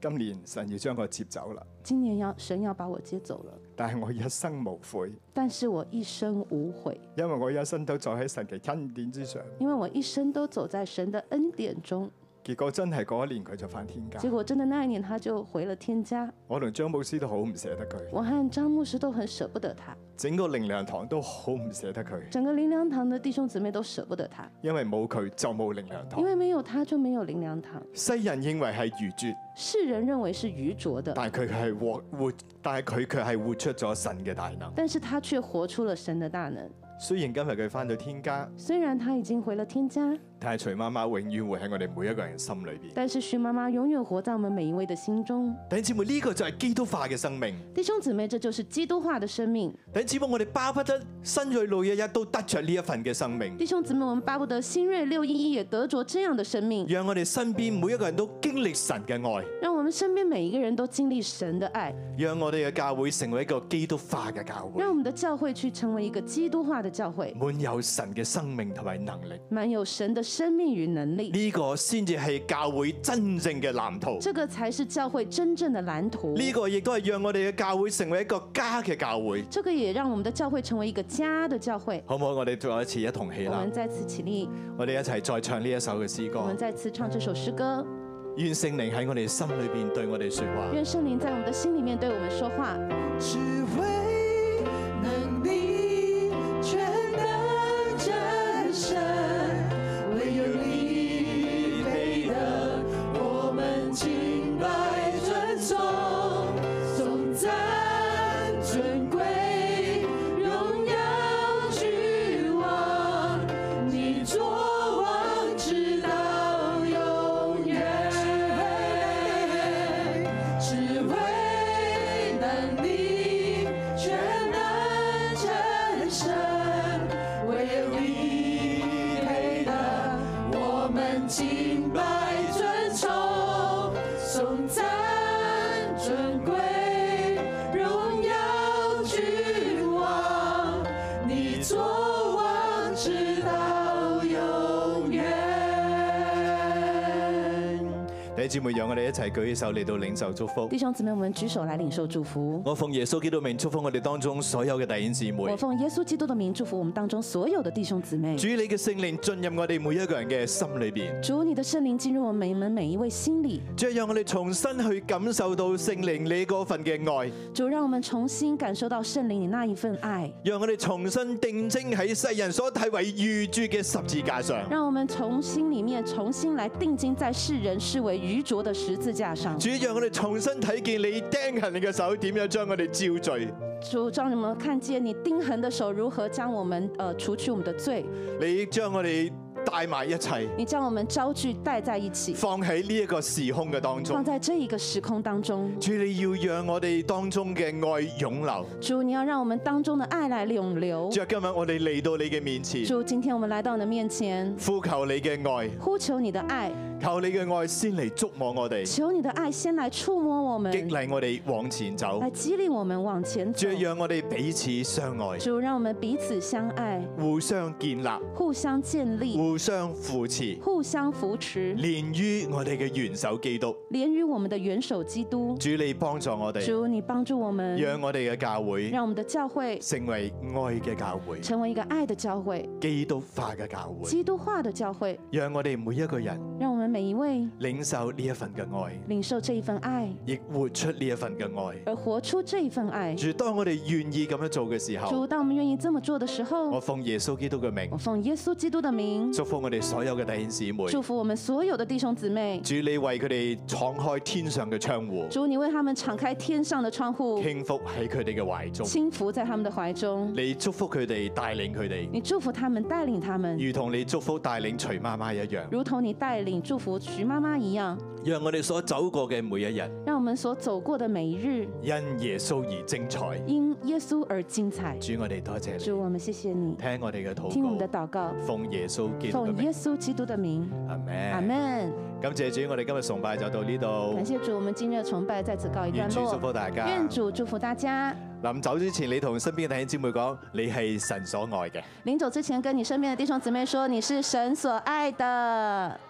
今年神要將我接走啦，
今年要神要把我接走了，
但係我一生無悔，
但是我一生无悔。
因為我一生都坐喺神嘅恩典之上。
因为我一生都走在神的恩典中，
結果真係嗰一年佢就翻天家
结。果真的那一年他就回了天家。
我同張牧師都好唔捨得佢，
我和张牧师都很舍不得他，
整個靈糧堂都好唔捨得佢，
整个灵粮堂的弟兄姊妹都舍不得他，
因為冇佢就冇靈糧
因
堂。
为没有他就没有灵粮堂。
世人認為係愚拙，
世人认为是愚拙的，
但係佢係活活，但係佢卻係活出咗神嘅大能。
但是他却活出了神的大能。
雖然今日佢翻到天家，
虽然他已经回了天家，
但係徐媽媽永遠會喺我哋每一個人心裏邊。
但是徐妈妈永远活在我们每一位的心中。
弟兄姊妹，呢、個就係基督化嘅生命。
弟兄姊妹，这就是基督化的生命。
弟兄姊妹，我哋巴不得新锐路日日都得着呢一份嘅生命，
弟兄姊妹，我们巴不得新锐六一一也得着这样的生命，
讓我哋身邊每一個人都經歷神嘅愛，
让我们身边每一个人都经历神的爱。
讓我哋嘅教會成為一個基督化嘅教會
让我，们的教会去成为一个基督化的教会，
滿有神嘅生命同埋能力。
满有神的生命与能力。
呢、個先至係教會真正嘅藍圖，
这个才是教会真正的蓝图。
呢、個亦都係讓我哋嘅教會成為一個家嘅教會。
这个也让我们的教会成为一个家的教会。
好唔好？我哋再一次一同起
我
啦
们，再次起立，
我哋一齊再唱呢一首嘅詩
我
歌
们。再次唱这首诗歌。
願聖靈喺我哋心裏邊對我哋說話。
愿圣灵在我们的心里面对我们说话，
只为能力全能战胜，唯有你配得，我们敬拜尊崇，颂赞尊贵，荣耀君王，你作王直到永远。只为能力，全能真神，唯有你配得，我们敬拜尊崇，颂赞尊贵，荣耀君王，你作王直到永远。
弟弟兄姊妹，讓我哋一齊舉起手嚟到領受祝福
弟。兄姊妹，我们举手来领受祝福。
我奉耶穌基督名祝福我哋當中所有嘅弟兄姊妹
我。奉耶稣基督的名祝福我们当中所有的弟兄姊妹。
主你嘅聖靈進入我哋每一個人嘅心裏邊，
主，你的圣灵进入我们每门每一位心里。
主啊讓我哋重新去感受到聖靈你嗰份嘅愛，
主，让我们重新感受到圣灵你那一份爱，
讓我哋重新定睛喺世人所睇為愚拙嘅十字架上。
让我们从心里面重新来定睛在世人视为愚拙的十字架上。
主讓我哋重新睇見你釘痕你嘅手點樣將我哋招罪，
主，让我们看见你钉痕的手如何将我们呃除去我们的罪，
你將我哋帶埋一齊，
你将我们招聚带在一起，
放喺呢一個時空嘅當
放
中。
在这一个时空当中。
主你要讓我哋當中嘅愛湧流。
主，你要让我们当中的爱来涌流。
主啊今日我哋嚟到你嘅面前，
主，今天我们来到你的面前，
呼求你嘅愛，
呼求你的爱，
求你嘅愛先嚟觸摸我哋，
求你的爱先来触摸我们
激，勵我哋往前走
来。激励我们往前走
主啊。讓我哋彼此相愛，
主，让我们彼此相爱，
互相建立，
互相建立，
互相扶持，
互相扶持，
連於我哋嘅元首基督。
连于我们的元首基督。
主你幫助我哋，
主，你帮助我们，
讓我哋嘅教會。
让我们的教会
成為愛嘅教會，
成为一个爱的教会。
基督化嘅教會，
基督化的教会，
讓我哋每一個人
让我们每一位
領受呢一份嘅愛，
领受这一份爱，
亦活出呢一份嘅愛。
而活出这一份爱。
主，當我哋願意咁樣做嘅時
主，
候，
当我们愿意这么做的时
我
候，
奉耶穌基督嘅名
我奉耶稣基督的名，
祝福我哋所有嘅弟兄姊妹。
祝福我们所有的弟兄姊妹。
主，你為佢哋敞開天上嘅窗户，
主，你为他们敞开天上的窗户，
傾覆喺佢哋嘅懷中。
轻伏在他们的怀中。
你祝福佢哋，帶領佢哋，
你祝福他们，带领他们，
如同你祝福帶領徐媽媽一樣。
如同你带领祝福徐妈妈一样，
讓我哋所走過嘅每一日，
让我们所走过的每一日
因耶穌而精彩。
因耶稣而精彩。
主，我哋多謝
主，
你，
我们谢谢你，
聽我哋嘅
听我们
禱告
的。祷告，
奉耶穌基督嘅
奉耶
名，
稣基督的名，
阿咩？
阿。门。
感謝主，我哋今日崇拜就到
感
呢度，
谢主，我们今日的崇拜在此告一段
願 Oh 主祝福
落。
大家。
愿主祝福大家。
臨走之前，你同身邊嘅弟兄姊妹講，你係神所愛嘅。
临走之前，跟你身边的弟兄姊妹说，你是神所爱的。